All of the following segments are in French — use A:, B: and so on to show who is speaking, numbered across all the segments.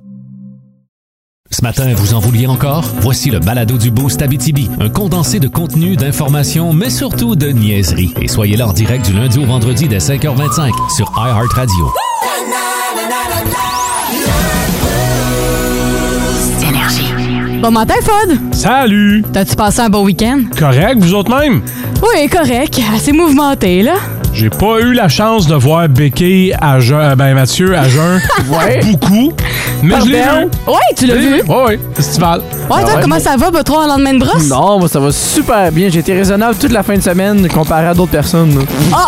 A: Ce matin, vous en vouliez encore? Voici le balado du Boost Abitibi, un condensé de contenu, d'informations, mais surtout de niaiseries. Et soyez là en direct du lundi au vendredi dès 5h25 sur iHeartRadio.
B: Bon matin, Fod!
C: Salut!
B: T'as-tu passé un beau week-end?
C: Correct, vous autres même?
B: Oui, correct. Assez mouvementé, là.
C: J'ai pas eu la chance de voir Becky à jeun, euh, ben Mathieu à jeun beaucoup, mais je l'ai
B: Pardon? Mhm.
C: vu.
B: Ouais, tu l'as
C: Je l'ai
B: vu?
C: vu. Ouais, ouais, festival.
B: Ouais, toi,
D: ouais,
B: comment
D: mais-
B: ça va, pas trop en lendemain de brosse?
D: Non, moi ça va super bien. J'ai été raisonnable toute la fin de semaine comparé à d'autres personnes. là.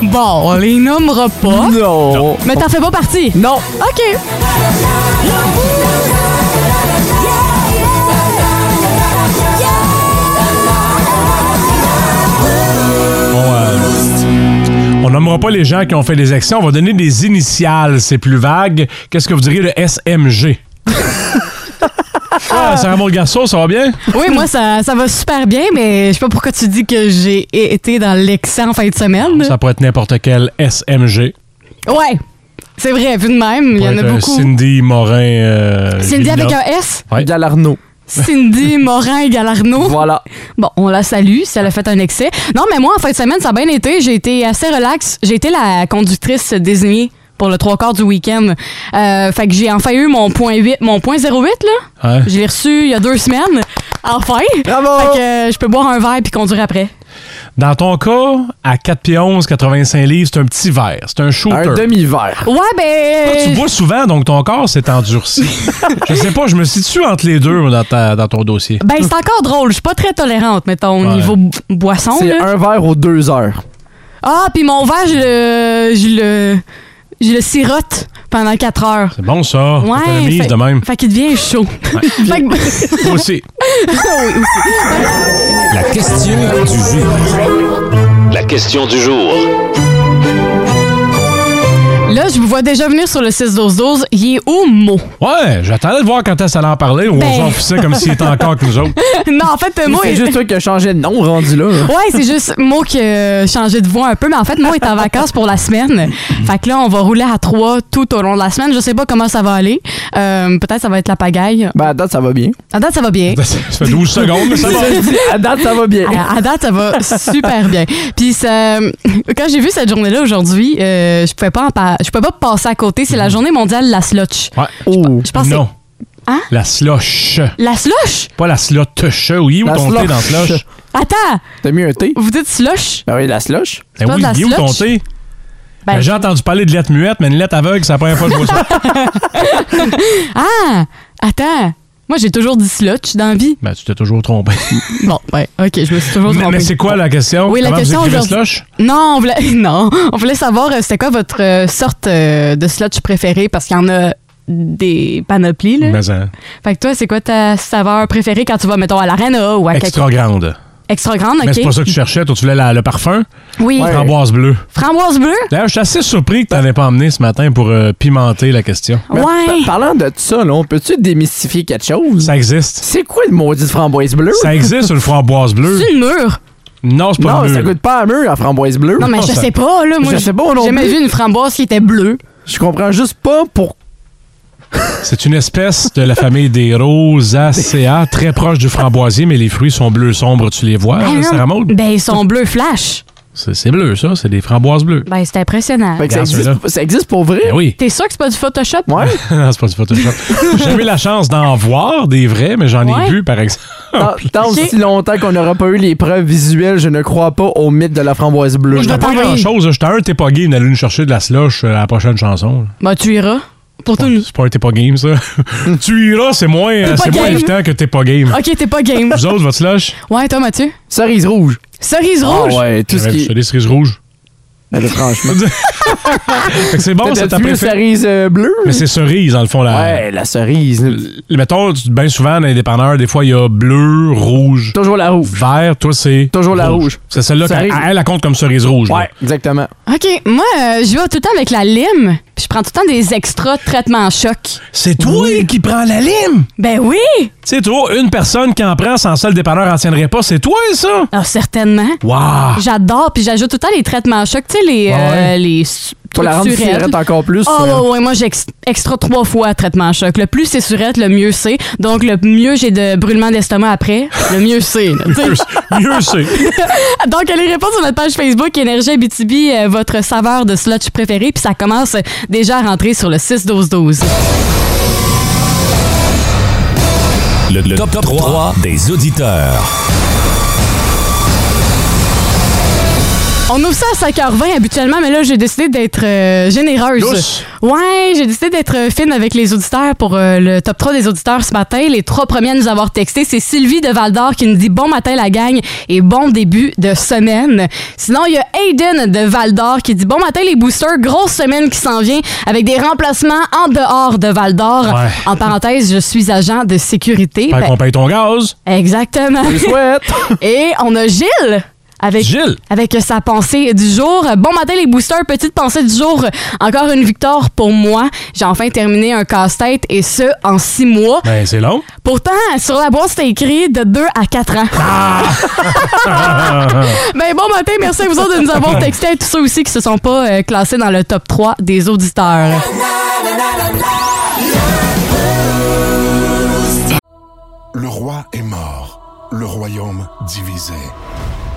B: Bon, on les nommera pas.
D: Non.
B: Mais t'en fais pas partie.
D: Non.
B: OK.
C: On, euh, on nommera pas les gens qui ont fait des actions, on va donner des initiales, c'est plus vague. Qu'est-ce que vous diriez de SMG? ah, Sarah Garçon, ça va bien?
B: Oui, moi, ça, ça va super bien, mais je sais pas pourquoi tu dis que j'ai été dans l'excès en fin de semaine.
C: Ça pourrait être n'importe quel SMG.
B: Ouais, c'est vrai, vu de même, il y
C: Pourrait
B: en a
C: être, euh,
B: beaucoup.
C: Cindy Morin. euh,
B: Cindy avec
C: Villeneuve.
B: un S,
C: Ouais.
D: Galarno.
B: Cindy Morin et Galarno.
D: Voilà.
B: Bon, on la salue si elle a fait un excès. Non, mais moi, en fin de semaine, ça a bien été. J'ai été assez relax. J'ai été la conductrice désignée pour le trois quarts du week-end. Euh, fait que j'ai enfin eu mon point 8, mon point 08, là.
C: Ouais.
B: Je l'ai reçu il y a deux semaines. Enfin!
D: Bravo!
B: Fait que euh, je peux boire un verre puis conduire après.
C: Dans ton cas, à 4 pieds 11, 85 livres, c'est un petit verre. C'est un shooter.
D: Un demi-verre.
B: Ouais, ben.
C: Toi, tu bois souvent, donc ton corps s'est endurci. je sais pas, je me situe entre les deux moi, dans, ta- dans ton dossier.
B: Ben, c'est encore drôle. Je suis pas très tolérante, mettons, au
C: Ouais.
B: niveau bo- boisson.
D: C'est
B: là.
D: un verre aux deux heures.
B: Ah, puis mon verre, je le. Je le. Je le sirote pendant 4 heures.
C: C'est bon, ça. Économise
B: fait,
C: de même.
B: fait qu'il devient chaud. Fait que-
C: Aussi.
A: La question du jour.
E: La question du jour.
B: là, je vous vois déjà venir sur le 6-12-12. Il est où, mot?
C: Ouais, j'attendais de voir quand est-ce qu'elle en parler ou
B: Ben.
C: on s'en foutait comme s'il était encore avec nous autres.
B: non, en fait, mot
D: C'est
B: est...
D: juste toi qui as changé de nom rendu là.
B: Ouais, c'est juste Mo qui a changé de voix un peu, mais en fait, Mo est en vacances pour la semaine. Fait que là, on va rouler à trois tout au long de la semaine. Je sais pas comment ça va aller. Euh, Peut-être ça va être la pagaille.
D: Ben, à date, ça va bien.
B: À date, ça va bien.
C: Ça fait 12 secondes, mais c'est bon.
D: à date, ça va bien.
B: À, à date, ça va super bien. Puis ça, quand j'ai vu cette journée-là aujourd'hui, euh, je pouvais pas en pa- je pouvais pas passer à côté. C'est la journée mondiale de la slotch.
C: Ouais.
D: Oh.
B: Je pense que
C: non.
B: Hein?
C: La sloche.
B: c'est- la slush.
C: Pas la sloche, oui, ou
D: La
C: ton thé dans
D: sloche.
C: sloche.
B: Attends,
D: T'as mis un thé?
B: vous dites slush
D: Ben oui, la slush.
C: Ben
B: parles
C: oui,
B: de la
C: il est où ton
B: slush?
C: thé?
B: Ben,
C: Ben, J'ai entendu parler de lettre muette, mais une lettre aveugle, c'est la première fois que je vois ça.
B: Ah, attends. Moi, j'ai toujours dit slush dans la vie.
C: Ben, tu t'es toujours trompé.
B: Bon, ouais, ok, je me suis toujours
C: Mais,
B: trompée.
C: mais c'est quoi la question?
B: Oui, la
C: Comment
B: question
C: vous écrivez
B: aujourd'hui-
C: slush?
B: Non, on voulait, non, on voulait savoir euh, c'était quoi votre euh, sorte euh, de slotch préférée parce qu'il y en a des panoplies. Là.
C: Mais, hein,
B: Fait que toi, c'est quoi ta saveur préférée quand tu vas, mettons, à l'arena ou à quelque
C: extra grande.
B: Extra grande,
C: Mais c'est
B: Ah, OK.
C: pas ça que tu cherchais. Toi, tu voulais la- le parfum?
B: Oui.
D: Ouais.
C: Framboise bleue.
B: Framboise bleue?
C: D'ailleurs, je suis assez surpris que tu n'avais pas emmené ce matin pour euh, pimenter la question.
D: Mais
B: ouais.
D: pa- Ben, Parlant de ça, là, on peut-tu démystifier quelque chose?
C: Ça existe.
D: C'est quoi le maudit framboise bleue?
C: Ça existe, une framboise bleue?
B: C'est une mûre.
C: Non, c'est pas
D: Non,
C: bleu.
D: ça goûte pas à mûr, la framboise bleue.
B: Non, mais
C: Non,
B: je
C: ça-
B: sais pas, là. Moi,
D: Je
B: j-
D: sais pas, non
B: J'ai jamais
D: plus.
B: vu une framboise qui était bleue.
D: Je comprends juste pas pour.
C: C'est une espèce de la famille des rosacea, très proche du framboisier, mais les fruits sont bleus sombres. Tu les vois,
B: Ben non.
C: Sarah Maud?
B: Ben, ils sont bleus flash.
C: C'est c'est bleu, ça. C'est des framboises bleues.
B: Ben, c'est impressionnant.
D: Fait que ça,
C: Regarde
D: existe,
C: celui-là.
D: ça existe pour vrai?
C: Ben oui.
B: T'es sûr que c'est pas du Photoshop?
D: Ouais.
C: non, c'est pas du Photoshop. J'ai jamais eu la chance d'en voir des vrais, mais j'en
B: Ouais.
C: ai vu, par exemple.
D: Tant, tant
B: Ok.
D: aussi longtemps qu'on n'aura pas eu les preuves visuelles, je ne crois pas au mythe de la framboise bleue.
C: Je
B: vais
C: n'ai pas
B: t'envoyer.
C: grand-chose. J'étais un t'es pas game d'aller nous chercher de la slush euh, à la prochaine chanson. là.
B: Ben, tu iras. Pour tout.
C: C'est pas un t'es pas game, ça. tu iras, c'est moins, euh,
B: Mm. pas
C: c'est moins
B: game.
C: évident que t'es pas game.
B: Ok, t'es pas game.
C: Vous autres, votre slush?
B: Ouais, toi, Mathieu.
D: Cerise rouge.
B: Cerise rouge.
D: Ah ouais, tout ce
C: J'avais
D: qui
C: acheté des cerises rouges.
D: Mais là, franchement.
C: Fait que c'est bon, c'est
D: T'as
C: ta
D: vu la
C: préférée.
D: cerise euh, bleue?
C: Mais c'est cerise, dans le fond, là.
D: Ouais, la cerise.
C: Mettons, bien souvent, dans les dépanneurs, des fois, il y a bleu, rouge,
D: Toujours la rouge.
C: vert. Toi, c'est.
D: Toujours la rouge.
C: C'est celle-là qu'elle
D: Cerise.
C: elle, elle compte comme cerise rouge. là.
D: Ouais, exactement.
B: OK, moi, euh, je vais tout le temps avec la lime. puis Je prends tout le temps des extra traitements choc.
C: C'est toi qui prends la lime.
B: Ben oui!
C: Tu sais, toi, une personne qui en prend sans ça, le dépanneur n'en tiendrait pas. C'est toi, ça?
B: Alors, certainement.
C: Waouh!
B: J'adore, puis j'ajoute tout le temps les traitements choc, tu sais, les.
C: Ouais, ouais.
B: euh, les su-
D: Pour Ah la
B: trucs
D: rendre
B: surette.
D: surette encore plus.
B: Oh,
D: euh,
B: ouais, ouais, moi, j'ai ex- extra trois fois traitement choc. Le plus c'est surette, le mieux c'est. Donc, le mieux j'ai de brûlement d'estomac après, le mieux c'est. là, tu sais.
C: Mieux, mieux c'est.
B: Donc, allez répondre sur notre page Facebook Énergie Abitibi, euh, votre saveur de slotch préférée, puis ça commence déjà à rentrer sur le 6-12-12.
A: Le, le top, 3 des auditeurs.
B: On ouvre ça à 5h20 habituellement, mais là, j'ai décidé d'être euh, généreuse.
C: Douce.
B: Ouais, j'ai décidé d'être euh, fine avec les auditeurs pour euh, le top 3 des auditeurs ce matin. Les trois premiers à nous avoir texté, c'est Sylvie de Val-d'Or qui nous dit bon matin la gang et bon début de semaine. Sinon, il y a Aiden de Val-d'Or qui dit bon matin les boosters, grosse semaine qui s'en vient avec des remplacements en dehors de Val-d'Or.
C: Ouais.
B: En parenthèse, je suis agent de sécurité.
C: Fait
B: Ben,
C: qu'on paye ton gaz.
B: exactement.
D: je souhaite.
B: Et on a Gilles avec
C: Gilles.
B: avec sa pensée du jour. Bon matin les boosters, petite pensée du jour. Encore une victoire pour moi. J'ai enfin terminé un casse-tête et ce, en six mois.
C: Ben, c'est long.
B: Pourtant, sur la boîte, c'était écrit de 2 à 4 ans. ben bon matin, merci à vous autres de nous avoir texté et tous ceux aussi qui se sont pas euh, classés dans le top 3 des auditeurs.
F: Le roi est mort, le royaume divisé.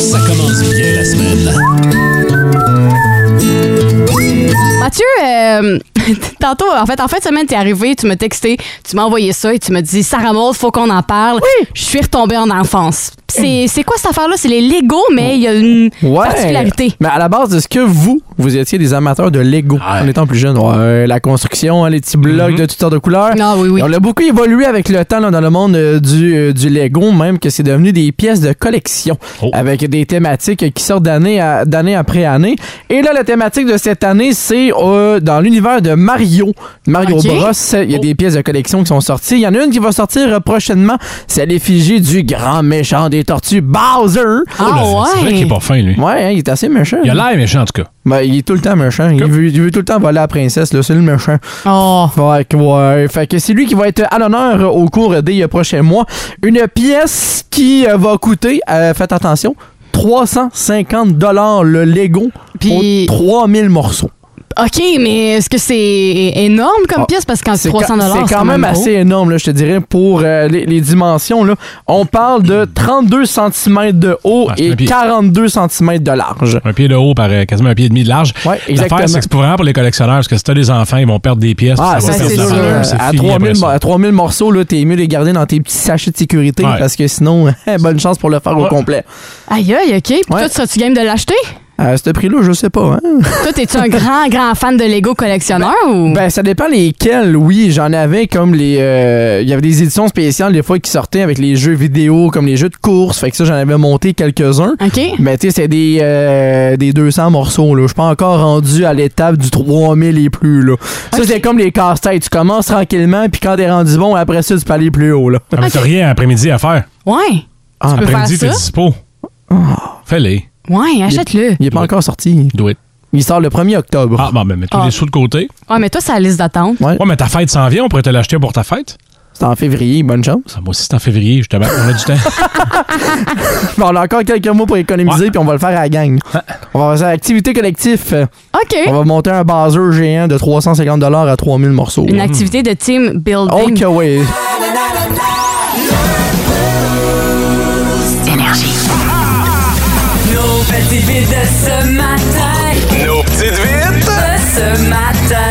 A: Ça commence bien la semaine.
B: Mathieu, euh, tantôt, en fait, en fin de semaine, t'es arrivé, tu m'as texté, tu m'as envoyé ça et tu m'as dit, Sarah Maud, faut qu'on en parle. Je suis retombée en enfance. C'est c'est quoi cette affaire-là? C'est les Lego, mais il y a une particularité.
D: Mais à la base, est-ce que vous, vous étiez des amateurs de Lego en étant plus jeune? Ouais, la construction, hein, les petits
C: Mm-hmm.
D: blocs de toutes sortes de couleurs.
B: Ah oui, oui.
D: Et On a beaucoup évolué avec le temps là, dans le monde euh, du, euh, du Lego, même que c'est devenu des pièces de collection
C: Oh.
D: avec des thématiques qui sortent d'année à- d'année après année. Et là, la thématique de cette année, c'est euh, dans l'univers de Mario. Mario
B: Ok.
D: Bros. Il y a des pièces de collection qui sont sorties. Il y en a une qui va sortir euh, prochainement. C'est à l'effigie du grand méchant des tortues, Bowser.
B: Ah
D: Ben,
C: C'est vrai
B: ouais? Hmm.
C: qu'il est pas fin, lui.
D: Ouais, hein, il est assez méchant.
C: Il a l'air méchant, en tout cas.
D: Ben, il est tout le temps méchant. Il veut, il veut tout le temps voler la princesse, là. C'est le méchant.
B: Oh.
D: Ouais, que- ouais. Fait que c'est lui qui va être à l'honneur au cours des euh, prochains mois. Une pièce qui euh, va coûter, euh, faites attention, 350 dollars le Lego
B: Puis-
D: pour 3000 morceaux.
B: OK, mais est-ce que c'est énorme comme
D: Ah,
B: pièce? Parce qu'en
D: C'est
B: 300
D: ca-
B: dollars,
D: C'est quand même
B: gros.
D: assez énorme, là, je te dirais, pour euh, les, les dimensions. Là. On parle de 32 cm de haut
C: Hmm. Ah, c'est
D: et
C: un pied.
D: 42 cm de large.
C: Un pied de haut par euh, quasiment un pied et demi de large.
D: Ouais, exactement.
C: L'affaire, c'est que c'est vraiment pour les collectionneurs, parce que si t'as des enfants, ils vont perdre des pièces.
D: Ah,
C: puis
D: ça,
C: va
D: c'est
C: perdre de
D: sûr.
C: la valeur,
D: là.
C: c'est
D: À
C: fini
D: 3000,
C: après ça.
D: mo- à 3000 morceaux, là, t'es mieux de les garder dans tes petits sachets de sécurité
C: Ouais.
D: parce que sinon, bonne chance pour le faire au
C: Ouais.
D: complet.
B: Aïe, aïe, OK. Puis
D: Ouais.
B: toi, seras-tu game de l'acheter?
D: À ce prix-là, je sais pas. Hein?
B: toi, t'es-tu un grand, grand fan de Lego collectionneur ou?
D: Ben, ça dépend lesquels, oui. J'en avais comme les. euh, Il y avait des éditions spéciales, des fois, qui sortaient avec les jeux vidéo, comme les jeux de course. Fait que ça, j'en avais monté quelques-uns.
B: OK.
D: Mais tu sais, c'est des, euh, des 200 morceaux. là. Je suis pas encore rendu à l'étape du 3000 et plus. Là. Ça, c'est comme les casse-têtes. Tu commences tranquillement, puis quand t'es rendu bon, après ça, tu peux aller plus haut. Là.
C: Ah, mais t'as rien après-midi à faire.
B: Ouais.
D: Ah,
B: tu peux faire
C: Après-midi, t'es
B: ça?
C: dispo. Fais-les.
B: Ouais, achète-le.
D: Il est pas encore sorti.
C: Do it.
D: Il sort le 1er octobre.
C: Ah, bon, ben, mets tous
B: Ah.
C: les sous de côté.
B: Ouais, mais toi, ça la liste d'attente.
D: Ouais.
C: Ouais, mais ta fête s'en vient, on pourrait te l'acheter pour ta fête.
D: C'est en février, bonne chance.
C: Ça, moi aussi, c'est en février, justement. On a du temps.
D: Bon, on a encore quelques mois pour économiser, puis on va le faire à la gang. On va faire activité collective.
B: OK.
D: On va monter un buzzer géant de 350 à 3000 morceaux.
B: Une activité de team building.
D: Ok, oui.
G: Nos petites vites de ce matin. Nos petites vites de ce matin.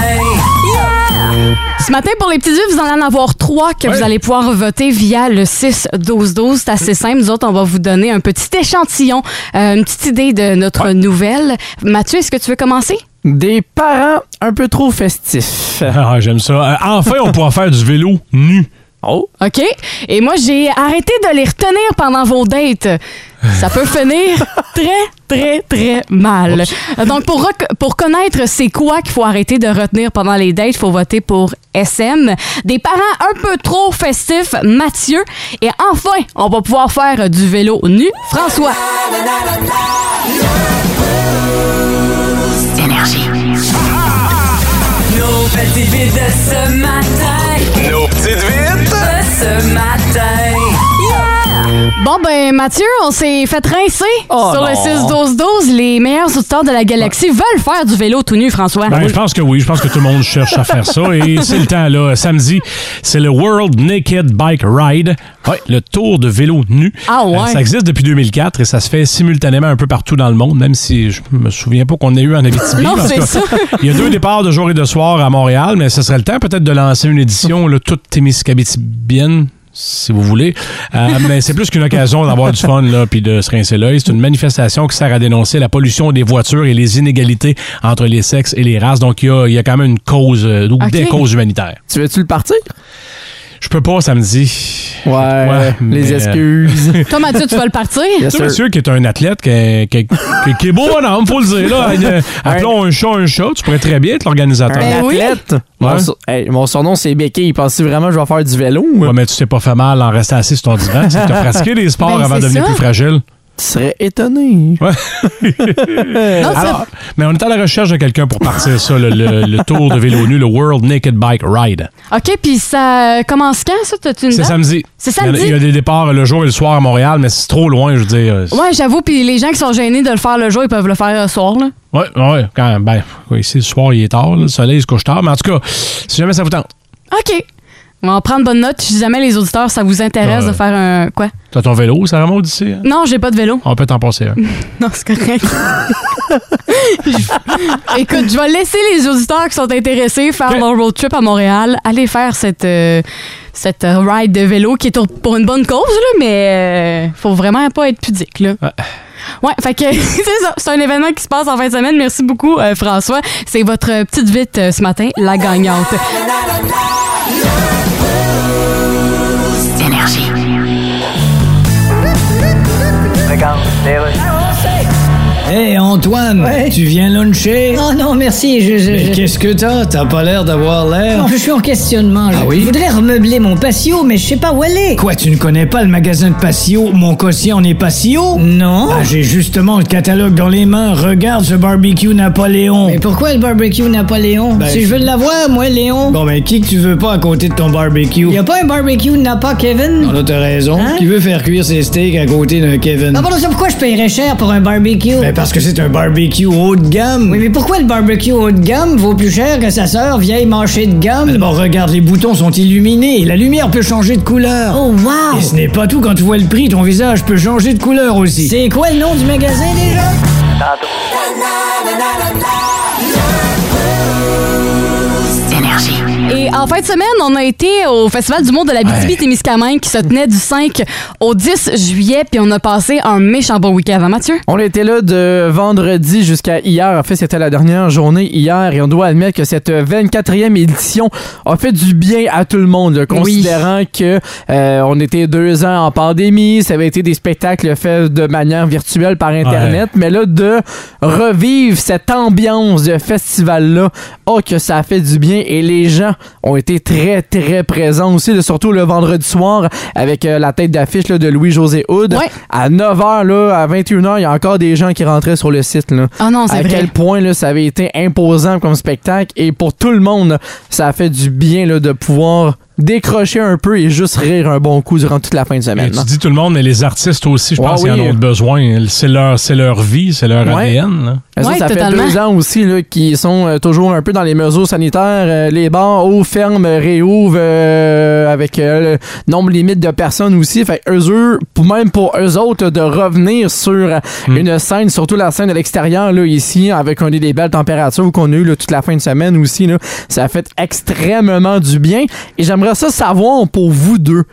B: Ce matin, pour les petits yeux, vous allez en avoir trois que
C: Ouais.
B: vous allez pouvoir voter via le 6-12-12. C'est assez simple. Nous autres, on va vous donner un petit échantillon, euh, une petite idée de notre nouvelle. Mathieu, est-ce que tu veux commencer?
D: Des parents un peu trop festifs.
C: Ah, j'aime ça. Euh, enfin, on pourra faire du vélo nu.
D: Oh.
B: OK. Et moi, j'ai arrêté de les retenir pendant vos dates. Ça peut finir très, très, très mal. Donc, pour, rec- pour connaître c'est quoi qu'il faut arrêter de retenir pendant les dates, il faut voter pour SM. Des parents un peu trop festifs, Mathieu. Et enfin, on va pouvoir faire du vélo nu, François.
H: Énergie.
G: Nos petites vites de ce matin.
E: Nos petites vites!
G: De ce matin.
B: Bon, ben, Mathieu, on s'est fait rincer
D: Oh
B: sur
D: non.
B: le 6-12-12. Les meilleurs auditeurs de la galaxie veulent faire du vélo tout nu, François.
C: Ben, je pense que oui. Je pense que tout le monde cherche à faire ça. Et c'est le temps, là. Samedi, c'est le World Naked Bike Ride. Ouais, le tour de vélo nu. Euh,
B: Ah ouais.
C: ça existe depuis 2004 et ça se fait simultanément un peu partout dans le monde, même si je me souviens pas qu'on ait eu en Abitibi.
B: Non,
C: parce
B: c'est
C: que
B: ça.
C: Il y a deux départs de jour et de soir à Montréal, mais ce serait le temps peut-être de lancer une édition là, toute témiscabitibienne. Si vous voulez. Euh, mais c'est plus qu'une occasion d'avoir du fun là, puis de se rincer l'œil. C'est une manifestation qui sert à dénoncer la pollution des voitures et les inégalités entre les sexes et les races. Donc, il y a, il y a quand même une cause, euh, ou
B: Ok.
C: des causes humanitaires.
D: Tu veux-tu le partir?
C: Je peux pas samedi.
D: Ouais. les
C: mais, euh,
D: excuses.
B: Toi, Mathieu, tu vas le partir?
D: Yes,
C: C'est
D: sir.
C: monsieur qui est un athlète, qui est, qui est- qui est- qui est beau bonhomme, faut le dire. Là. Euh, Appelons un chat un chat, tu pourrais très bien être l'organisateur.
B: Ben
D: Un
B: oui.
D: athlète.
C: Ouais.
D: Mon, sur- hey, mon surnom, c'est Becky. Il pensait vraiment que je vais faire du vélo.
C: Ouais, mais tu t'es pas fait mal en restant assis sur ton divan. C'est que t'as pratiqué des sports
B: Ben,
C: avant de
B: c'est
C: devenir
B: ça.
C: plus fragile.
D: Tu serais étonné.
B: Non, c'est-
C: Alors, mais on est à la recherche de quelqu'un pour partir ça, le, le- le tour de vélo nu, le World Naked Bike Ride.
B: OK, puis ça commence quand, ça? T'as-tu une
C: C'est
B: date?
C: samedi.
B: C'est
C: Il y en a-
B: samedi?
C: Il y, a des départs le jour et le soir à Montréal, mais c'est trop loin, je veux dire. euh, c'est-
B: Ouais, j'avoue, puis les gens qui sont gênés de le faire le jour, ils peuvent le faire le soir, là.
C: Ouais, ouais, quand même. Ben, ouais, ici, le soir, il est tard, là, le soleil se couche tard. Mais en tout cas, si jamais ça vous tente,
B: OK. On va en prendre bonne note. Si jamais les auditeurs, ça vous intéresse
C: Ouais.
B: de faire un... Quoi?
C: t'as ton vélo, ça remonte d'ici. hein?
B: Non, j'ai pas de vélo.
C: On peut t'en passer un.
D: Ben,
B: Non, c'est correct. Je- Écoute, je vais laisser les auditeurs qui sont intéressés faire
C: Ok.
B: leur road trip à Montréal, aller faire cette, euh, cette euh, ride de vélo qui est au- pour une bonne cause, là, mais euh, faut vraiment pas être pudique. Là.
C: Ouais.
B: Ouais, fait que c'est ça. C'est un événement qui se passe en fin de semaine. Merci beaucoup, euh, François. C'est votre euh, petite vite euh, ce matin, la gagnante.
H: Énergie.
I: Hey Antoine, tu viens luncher?
J: Oh non, merci, je, je,
I: Mais
J: je-
I: qu'est-ce que t'as? T'as pas l'air d'avoir l'air.
J: je suis en questionnement. Je,
I: Ah oui?
J: je voudrais remeubler mon patio, mais je sais pas où aller.
I: Quoi, tu ne connais pas le magasin de patio? Mon quotient est patio?
J: Non.
I: Ah, j'ai justement le catalogue dans les mains. Regarde ce barbecue Napoléon.
J: Mais pourquoi le barbecue Napoléon
I: Ben,
J: Si je veux l'avoir, moi, Léon.
I: Bon, ben, qui que tu veux pas à côté de ton barbecue?
J: Y a pas un barbecue Napa Kevin
I: Non, là, t'as raison.
J: Hein?
I: Qui veut faire cuire ses steaks à côté d'un Kevin?
J: Ah, pardon, ça, pourquoi je paierais cher pour un barbecue
I: Ben, parce que c'est un barbecue haut de gamme.
J: Oui, mais pourquoi le barbecue haut de gamme vaut plus cher que sa sœur vieille manchée de
I: Mais
J: gamme
I: D'abord, Ben, regarde, les boutons sont illuminés. La lumière peut changer de couleur.
J: Oh, wow
I: Et ce n'est pas tout, quand tu vois le prix, ton visage peut changer de couleur aussi.
J: C'est quoi le nom du magasin déjà
H: Énergie.
B: Et en fin de semaine, on a été au Festival du monde de la Bitibi-Témiscamingue qui se tenait du 5 au 10 juillet, puis on a passé un méchant bon week-end, hein, Mathieu?
D: On était là de vendredi jusqu'à hier. En fait, c'était la dernière journée hier et on doit admettre que cette 24e édition a fait du bien à tout le monde, là, considérant que euh, on était deux ans en pandémie, ça avait été des spectacles faits de manière virtuelle par Internet, mais là, de revivre cette ambiance de festival-là, oh que ça a fait du bien et les gens ont été très, très présents aussi, là, surtout le vendredi soir avec euh, la tête d'affiche là, de Louis-José Houd.
B: Ouais.
D: À 9h, là, à 21h, il y a encore des gens qui rentraient sur le site. Là.
B: Ah non, c'est
D: à
B: vrai.
D: quel point là, ça avait été imposant comme spectacle. Et pour tout le monde, ça a fait du bien là, de pouvoir décrocher un peu et juste rire un bon coup durant toute la fin de semaine. hein.
C: Et tu dis tout le monde, mais les artistes aussi, je pense
D: Ouais,
C: qu'ils en
D: oui.
C: ont besoin. C'est leur, c'est leur vie, c'est leur
D: Ouais.
C: ADN. là.
D: Ça,
B: Ouais,
D: ça fait
B: totalement.
D: deux ans aussi là, qu'ils sont euh, toujours un peu dans les mesures sanitaires. Euh, les bars, eau, ferme, réouvrent euh, avec euh, le nombre limite de personnes aussi. Fait que eux, eux, pour- même pour eux autres, de revenir sur euh, une scène, surtout la scène de l'extérieur là, ici, avec on a eu des belles températures qu'on a eues là, toute la fin de semaine aussi, là, ça a fait extrêmement du bien. Et j'aimerais ça savoir pour vous deux,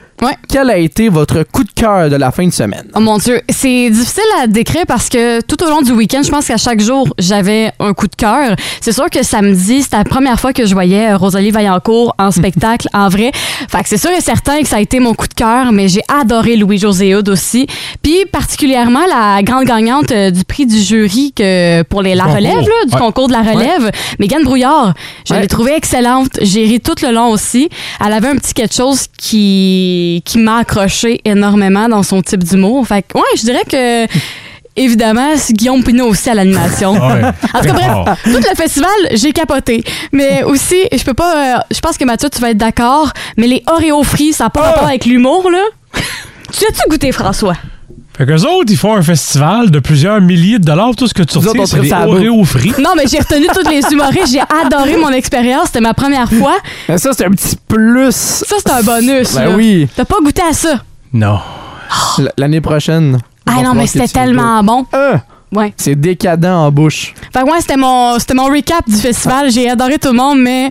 D: quel a été votre coup de cœur de la fin de semaine?
B: Oh mon Dieu, c'est difficile à décrire parce que tout au long du week-end, je pense qu'à chaque jour, j'avais un coup de cœur. C'est sûr que samedi, c'était la première fois que je voyais euh, Rosalie Vaillancourt en spectacle, en vrai. Fait que c'est sûr et certain que ça a été mon coup de cœur, mais j'ai adoré Louis-José Hood aussi. Puis particulièrement la grande gagnante euh, du prix du jury que pour les, la
K: concours.
B: relève, là, du
K: Ouais.
B: concours de la relève, Mégane Brouillard. Je l'ai trouvée excellente. J'ai ri tout le long aussi. Elle avait un petit quelque chose qui, qui m'a accroché énormément dans son type d'humour. Fait que, ouais, je dirais que. Évidemment, c'est Guillaume Pinot aussi à l'animation.
K: Ouais.
B: En tout cas, bref, tout le festival, j'ai capoté. Mais aussi, je peux pas. euh, je pense que Mathieu, tu vas être d'accord, mais les Oreo frits, ça n'a pas rapport avec l'humour, là. Ah. tu as-tu goûté, François?
C: Fait qu'eux autres, ils font un festival de plusieurs milliers de dollars. Tout ce que tu
D: Nous autres, on
C: retires, c'est
D: trouve
C: des
D: ça beau.
C: Oreos frits.
B: Non, mais j'ai retenu tous les humoristes. J'ai adoré mon expérience. C'était ma première fois.
D: Mais ça, c'est un petit plus. Ça,
B: c'est un bonus.
D: Ben
B: là.
D: oui.
B: T'as pas goûté à ça?
C: Non.
D: L- L'année prochaine.
B: Ah non, mais c'était tellement Ah! bon. Ouais.
D: Euh, C'est décadent en bouche.
B: Fait que ouais, c'était mon, c'était mon recap du festival. J'ai adoré tout le monde, mais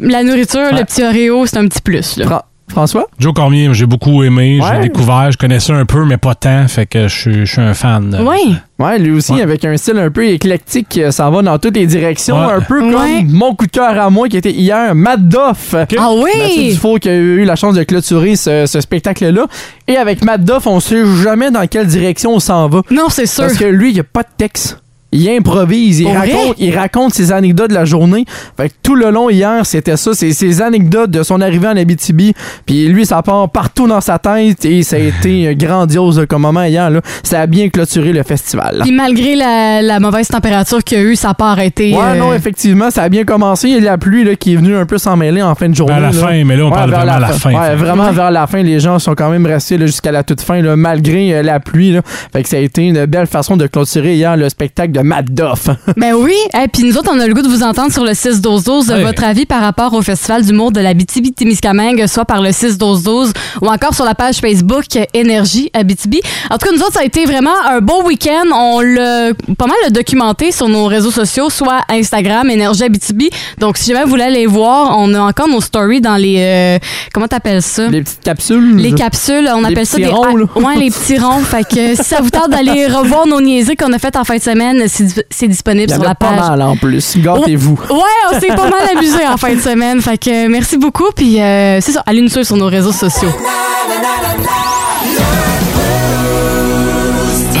B: la nourriture, le petit Oreo, c'est un petit plus. Là.
D: François?
C: Joe Cormier, j'ai beaucoup aimé.
B: Ouais.
C: J'ai découvert. Je connaissais un peu, mais pas tant. Fait que je suis- je suis un fan.
D: Ah.
C: là.
B: Oui.
D: Ouais, lui aussi, avec un style un peu éclectique, euh, ça va dans toutes les directions.
C: Ouais.
D: Un peu comme mon coup de cœur à moi qui était hier, Mad Doff.
B: Ah oui!
D: Mathieu Dufault qui a eu la chance de clôturer ce, ce spectacle-là. Et avec Mad Doff, on sait jamais dans quelle direction on s'en va.
B: Non, c'est sûr.
D: Parce que lui, il n'y a pas de texte. Il improvise, il
B: Pour vrai?
D: raconte, il raconte ses anecdotes de la journée. Fait que tout le long hier, c'était ça, c'est ses anecdotes de son arrivée en Abitibi. Puis lui, ça part partout dans sa tête et ça a été grandiose comme moment hier. Là. Ça a bien clôturé le festival.
B: Puis malgré la, la mauvaise température qu'il y a eu, ça n'a pas arrêté.
D: Ouais,
B: euh,
D: non, effectivement, ça a bien commencé. Il y a la pluie là, qui est venue un peu s'en mêler en fin de journée.
C: Vers la
D: là.
C: fin, mais là, on parle
D: vers
C: vraiment à la fin,
D: Ouais,
C: fait.
D: vraiment vers la fin. Les gens sont quand même restés là, jusqu'à la toute fin, là, malgré euh, la pluie. là. Fait que ça a été une belle façon de clôturer hier le spectacle de Matt Doff.
B: Ben oui, et puis nous autres, on a le goût de vous entendre sur le 6-12-12 de
D: Ouais.
B: votre avis par rapport au Festival d'humour de la Abitibi-Témiscamingue, soit par le 6-12-12 ou encore sur la page Facebook Énergie Abitibi. En tout cas, nous autres, ça a été vraiment un beau week-end. On l'a pas mal documenté sur nos réseaux sociaux, soit Instagram, Énergie Abitibi. Donc, si jamais vous voulez aller voir, on a encore nos stories dans les... euh, comment t'appelles ça?
D: Les petites capsules.
B: Hein? Les capsules, on
D: Les
B: appelle ça
D: Mm.
B: des...
D: petits ronds, là.
B: Ouais, les petits ronds. Fait que si ça vous tente d'aller revoir nos niaiseries qu'on a faites en fin de semaine, c'est dis- c'est disponible
D: Il y en
B: sur
D: a
B: la
D: pas
B: page. Oh!
D: mal en plus. Gâtez-vous.
B: Ouais, on s'est pas mal amusé en fin de semaine. Fait que euh, merci beaucoup. Puis euh, c'est ça, allez nous suivre sur nos réseaux sociaux.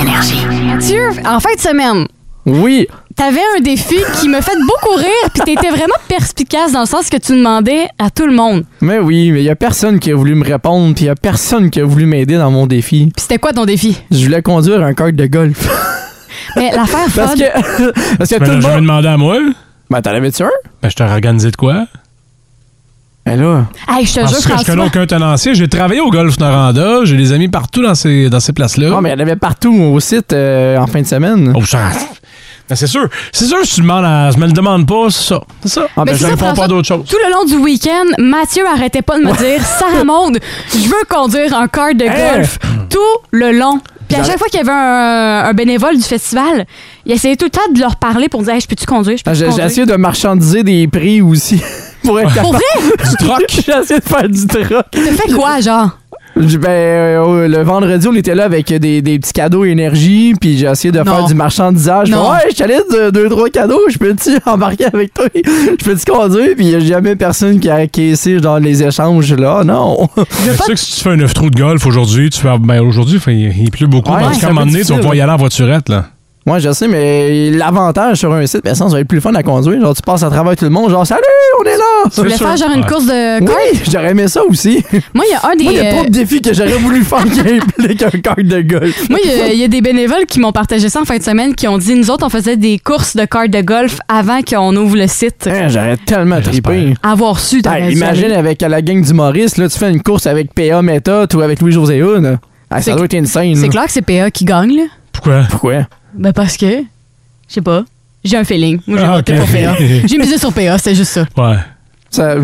H: Énergie.
B: Mathieu, en fin de semaine,
D: Oui.
B: t'avais un défi qui me fait beaucoup rire. Puis t'étais vraiment perspicace dans le sens que tu demandais à tout le monde.
D: Mais oui, mais il y a personne qui a voulu me répondre, puis il y a personne qui a voulu m'aider dans mon défi.
B: Puis c'était quoi ton défi?
D: Je voulais conduire un kart de golf.
B: Mais l'affaire
D: Parce
B: fun.
D: que, parce que
C: Mais Ben
D: tout
C: là,
D: le
C: je
D: monde...
C: me demandais à moi.
D: Ben, t'en avais-tu un?
C: Ben, je t'ai organisé de quoi?
D: Mais
C: Ben
D: là.
B: Hey, je te
C: Parce
B: jure,
C: que je connais
B: François.
C: aucun tenancier. J'ai travaillé au golf Noranda. J'ai des amis partout dans ces, dans ces places-là.
D: Non, mais il y en avait partout au site euh, en fin de semaine.
C: Oh, ça. Ben, c'est sûr. C'est sûr, si tu demandes à- je me le demande pas, c'est ça. C'est ça. ben,
D: Ah,
B: Mais
C: je
B: c'est ça,
C: réponds
B: François,
C: pas d'autre chose.
B: Tout le long du week-end, Mathieu arrêtait pas de me dire Sarah Maud, je veux conduire un kart de
D: Hein?
B: golf tout le long. Puis à chaque fois qu'il y avait un, un bénévole du festival, il essayait tout le temps de leur parler pour dire Hey, Je peux-tu conduire Je
D: Ah,
B: peux-tu
D: J'ai j'ai
B: conduire
D: essayé de marchandiser des prix aussi. Pour, être
B: Pour
D: capable-
B: vrai?
D: Du troc. J'ai essayé de faire du troc.
B: T'as fait quoi, genre
D: Je- Ben, euh, le vendredi, on était là avec des, des petits cadeaux énergie, puis j'ai essayé de
B: Non.
D: faire du marchandisage. Je fais,
B: Non.
D: ouais, je te laisse deux, deux, trois cadeaux, je peux-tu embarquer avec toi? Je peux-tu conduire? Puis il a jamais personne qui a caissé dans les échanges, là. Non.
C: C'est sûr que si tu fais un 9 trous de golf aujourd'hui, tu fais. Ben, aujourd'hui, il fait- il pleut beaucoup.
D: Ouais,
C: parce
D: c'est
C: qu'à
D: un
C: un moment
D: peu
C: donné, tu vas
D: difficile.
C: pouvoir y aller en voiturette, là.
D: Ouais, je sais, mais l'avantage sur un site, ben, ça, ça va être plus fun à conduire. Genre, tu passes à travers tout le monde, genre, salut, on est là!
B: Tu voulais faire genre une course de kart?
D: Oui, j'aurais aimé ça aussi.
B: Moi, il y a un des.
D: Moi, il y a trop de
B: euh,
D: défis que j'aurais voulu faire qui impliquent un coq de golf.
B: Moi, il y a- il y, a des bénévoles qui m'ont partagé ça en fin de semaine, qui ont dit nous autres, on faisait des courses de cartes de golf avant qu'on ouvre le site.
D: Hein, j'aurais tellement trippé.
B: Avoir su, t'aurais
D: Hey,
B: dû
D: imagine
B: aller.
D: avec la gang du Maurice, là, tu fais une course avec PA Meta ou avec Louis-José Hood. Ah,
B: C'est
D: ça doit être insane.
B: C'est clair que c'est PA qui gagne, là.
C: Pourquoi?
D: Pourquoi?
B: Ben parce que, je sais pas, j'ai un feeling. Moi, j'ai
C: Ah,
B: voté
C: ok.
B: pour PA. j'ai misé sur PA, c'est juste ça.
C: Ouais.
D: Ça-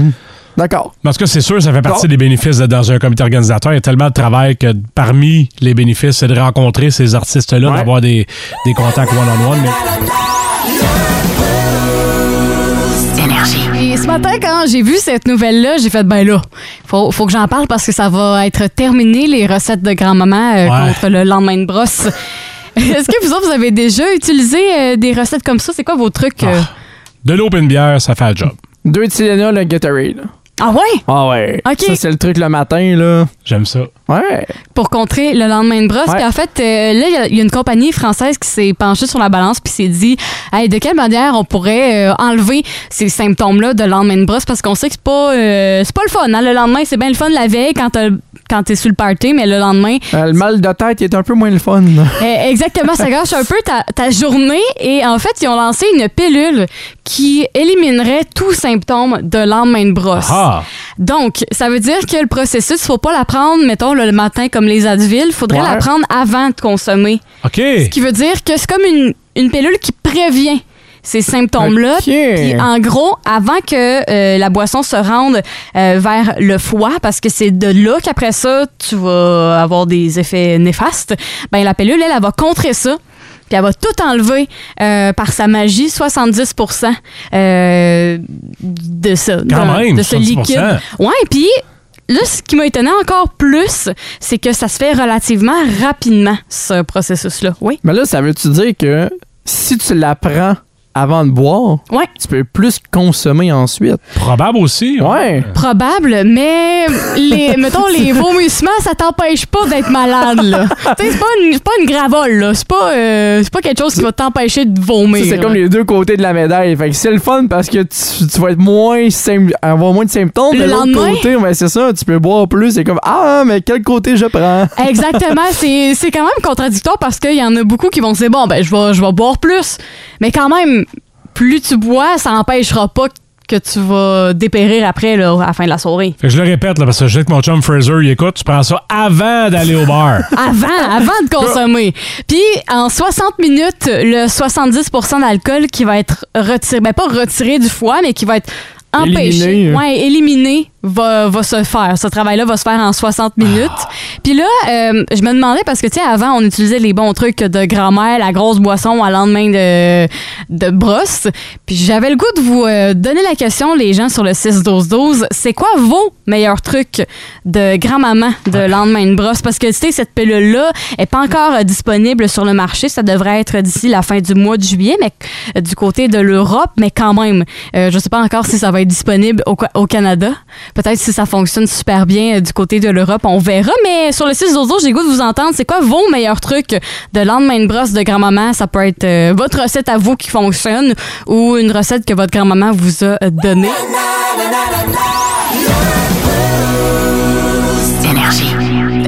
D: D'accord.
C: Mais En tout cas, c'est sûr, ça fait partie des bénéfices d'être dans un comité organisateur. Il y a tellement de travail que parmi les bénéfices, c'est de rencontrer ces artistes-là, d'avoir des, des contacts one-on-one. mais-
B: Et ce matin, quand j'ai vu cette nouvelle-là, j'ai fait, ben là, faut, faut que j'en parle parce que ça va être terminé, les recettes de grand-maman euh,
C: Ouais.
B: contre le lendemain de brosse. Est-ce que vous autres, vous avez déjà utilisé euh, des recettes comme ça? C'est quoi vos trucs?
C: Ah.
B: euh?
C: De l'eau et une bière, ça fait le job.
D: Deux Tylenol, un Gatorade.
B: Ah ouais?
D: Ah ouais.
B: Ok.
D: Ça, c'est le truc le matin, là.
C: J'aime ça.
D: Ouais.
B: pour contrer le lendemain de brosse.
D: Ouais.
B: Puis en fait, euh, là, il y a- il y, a une compagnie française qui s'est penchée sur la balance puis s'est dit hey, de quelle manière on pourrait euh, enlever ces symptômes-là de lendemain de brosse parce qu'on sait que c'est pas, euh, c'est pas le fun. hein. Le lendemain, c'est bien le fun la veille quand t'as- quand t'es sur le party, mais le lendemain,
D: Euh, le mal de tête il est un peu moins le fun. là.
B: euh, exactement, ça gâche un peu ta, ta journée. Et en fait, ils ont lancé une pilule qui éliminerait tout symptôme de lendemain de brosse.
C: Ah!
B: Donc, ça veut dire que le processus, faut pas la prendre, mettons, le matin comme les Advil. faudrait
C: Ouais.
B: la prendre avant de consommer.
C: OK!
B: Ce qui veut dire que c'est comme une, une pilule qui prévient ces symptômes-là.
D: Ok.
B: Puis, en gros, avant que euh, la boisson se rende euh, vers le foie, parce que c'est de là qu'après ça, tu vas avoir des effets néfastes, ben la pilule, elle, elle va contrer ça. Puis elle va tout enlever euh, par sa magie, 70 euh, de ça.
C: Quand
B: d'un-
C: même,
B: de ce
C: 70%.
B: liquide. Ouais, puis là, ce qui m'a étonné encore plus, c'est que ça se fait relativement rapidement, ce processus-là. Oui.
D: Mais là, ça veut-tu dire que si tu la prends avant de boire,
B: Ouais.
D: tu peux plus consommer ensuite?
C: Probable aussi.
D: Ouais.
B: Probable, mais les, mettons, les vomissements, ça t'empêche pas d'être malade, là. Tu sais, c'est pas, une- c'est pas une gravole, là. C'est pas, euh, c'est pas quelque chose qui va t'empêcher de
D: Ça,
B: vomir.
D: C'est comme les deux côtés de la médaille. Fait que c'est le fun parce que tu, tu vas être moins sym- avoir moins de symptômes.
B: Le
D: de l'autre
B: lendemain?
D: côté, ben c'est ça, tu peux boire plus. C'est comme Ah, mais quel côté je prends?
B: Exactement, c'est c'est quand même contradictoire parce qu'il y en a beaucoup qui vont se dire bon ben je vais je vais boire plus, mais quand même plus tu bois, ça empêchera pas que tu vas dépérir après là, à la fin de la soirée.
C: Fait que je le répète, là, parce que je sais que mon chum Fraser, il écoute, tu prends ça avant d'aller au bar.
B: Avant, avant de consommer. Puis en 60 minutes, le 70% d'alcool qui va être retiré, ben pas retiré du foie, mais qui va être empêché,
D: Éliminé, hein.
B: ouais, éliminé, va, va se faire. Ce travail-là va se faire en 60 minutes. Puis là, euh, je me demandais, parce que tu sais, avant, on utilisait les bons trucs de grand-mère, la grosse boisson à lendemain de, de brosse. Puis j'avais le goût de vous euh, donner la question, les gens, sur le 6-12-12. C'est quoi vos meilleurs trucs de grand-maman de lendemain de brosse? Parce que tu sais, cette pilule-là est pas encore euh, disponible sur le marché. Ça devrait être d'ici la fin du mois de juillet, mais euh, du côté de l'Europe, mais quand même. Euh, je sais pas encore si ça va être disponible au, Qua- au Canada. Peut-être si ça fonctionne super bien euh, du côté de l'Europe, on verra. Mais sur le 6 autres, j'ai le goût de vous entendre. C'est quoi vos meilleurs trucs de lendemain de brosse de grand-maman? Ça peut être euh, votre recette à vous qui fonctionne ou une recette que votre grand-maman vous a euh, donnée.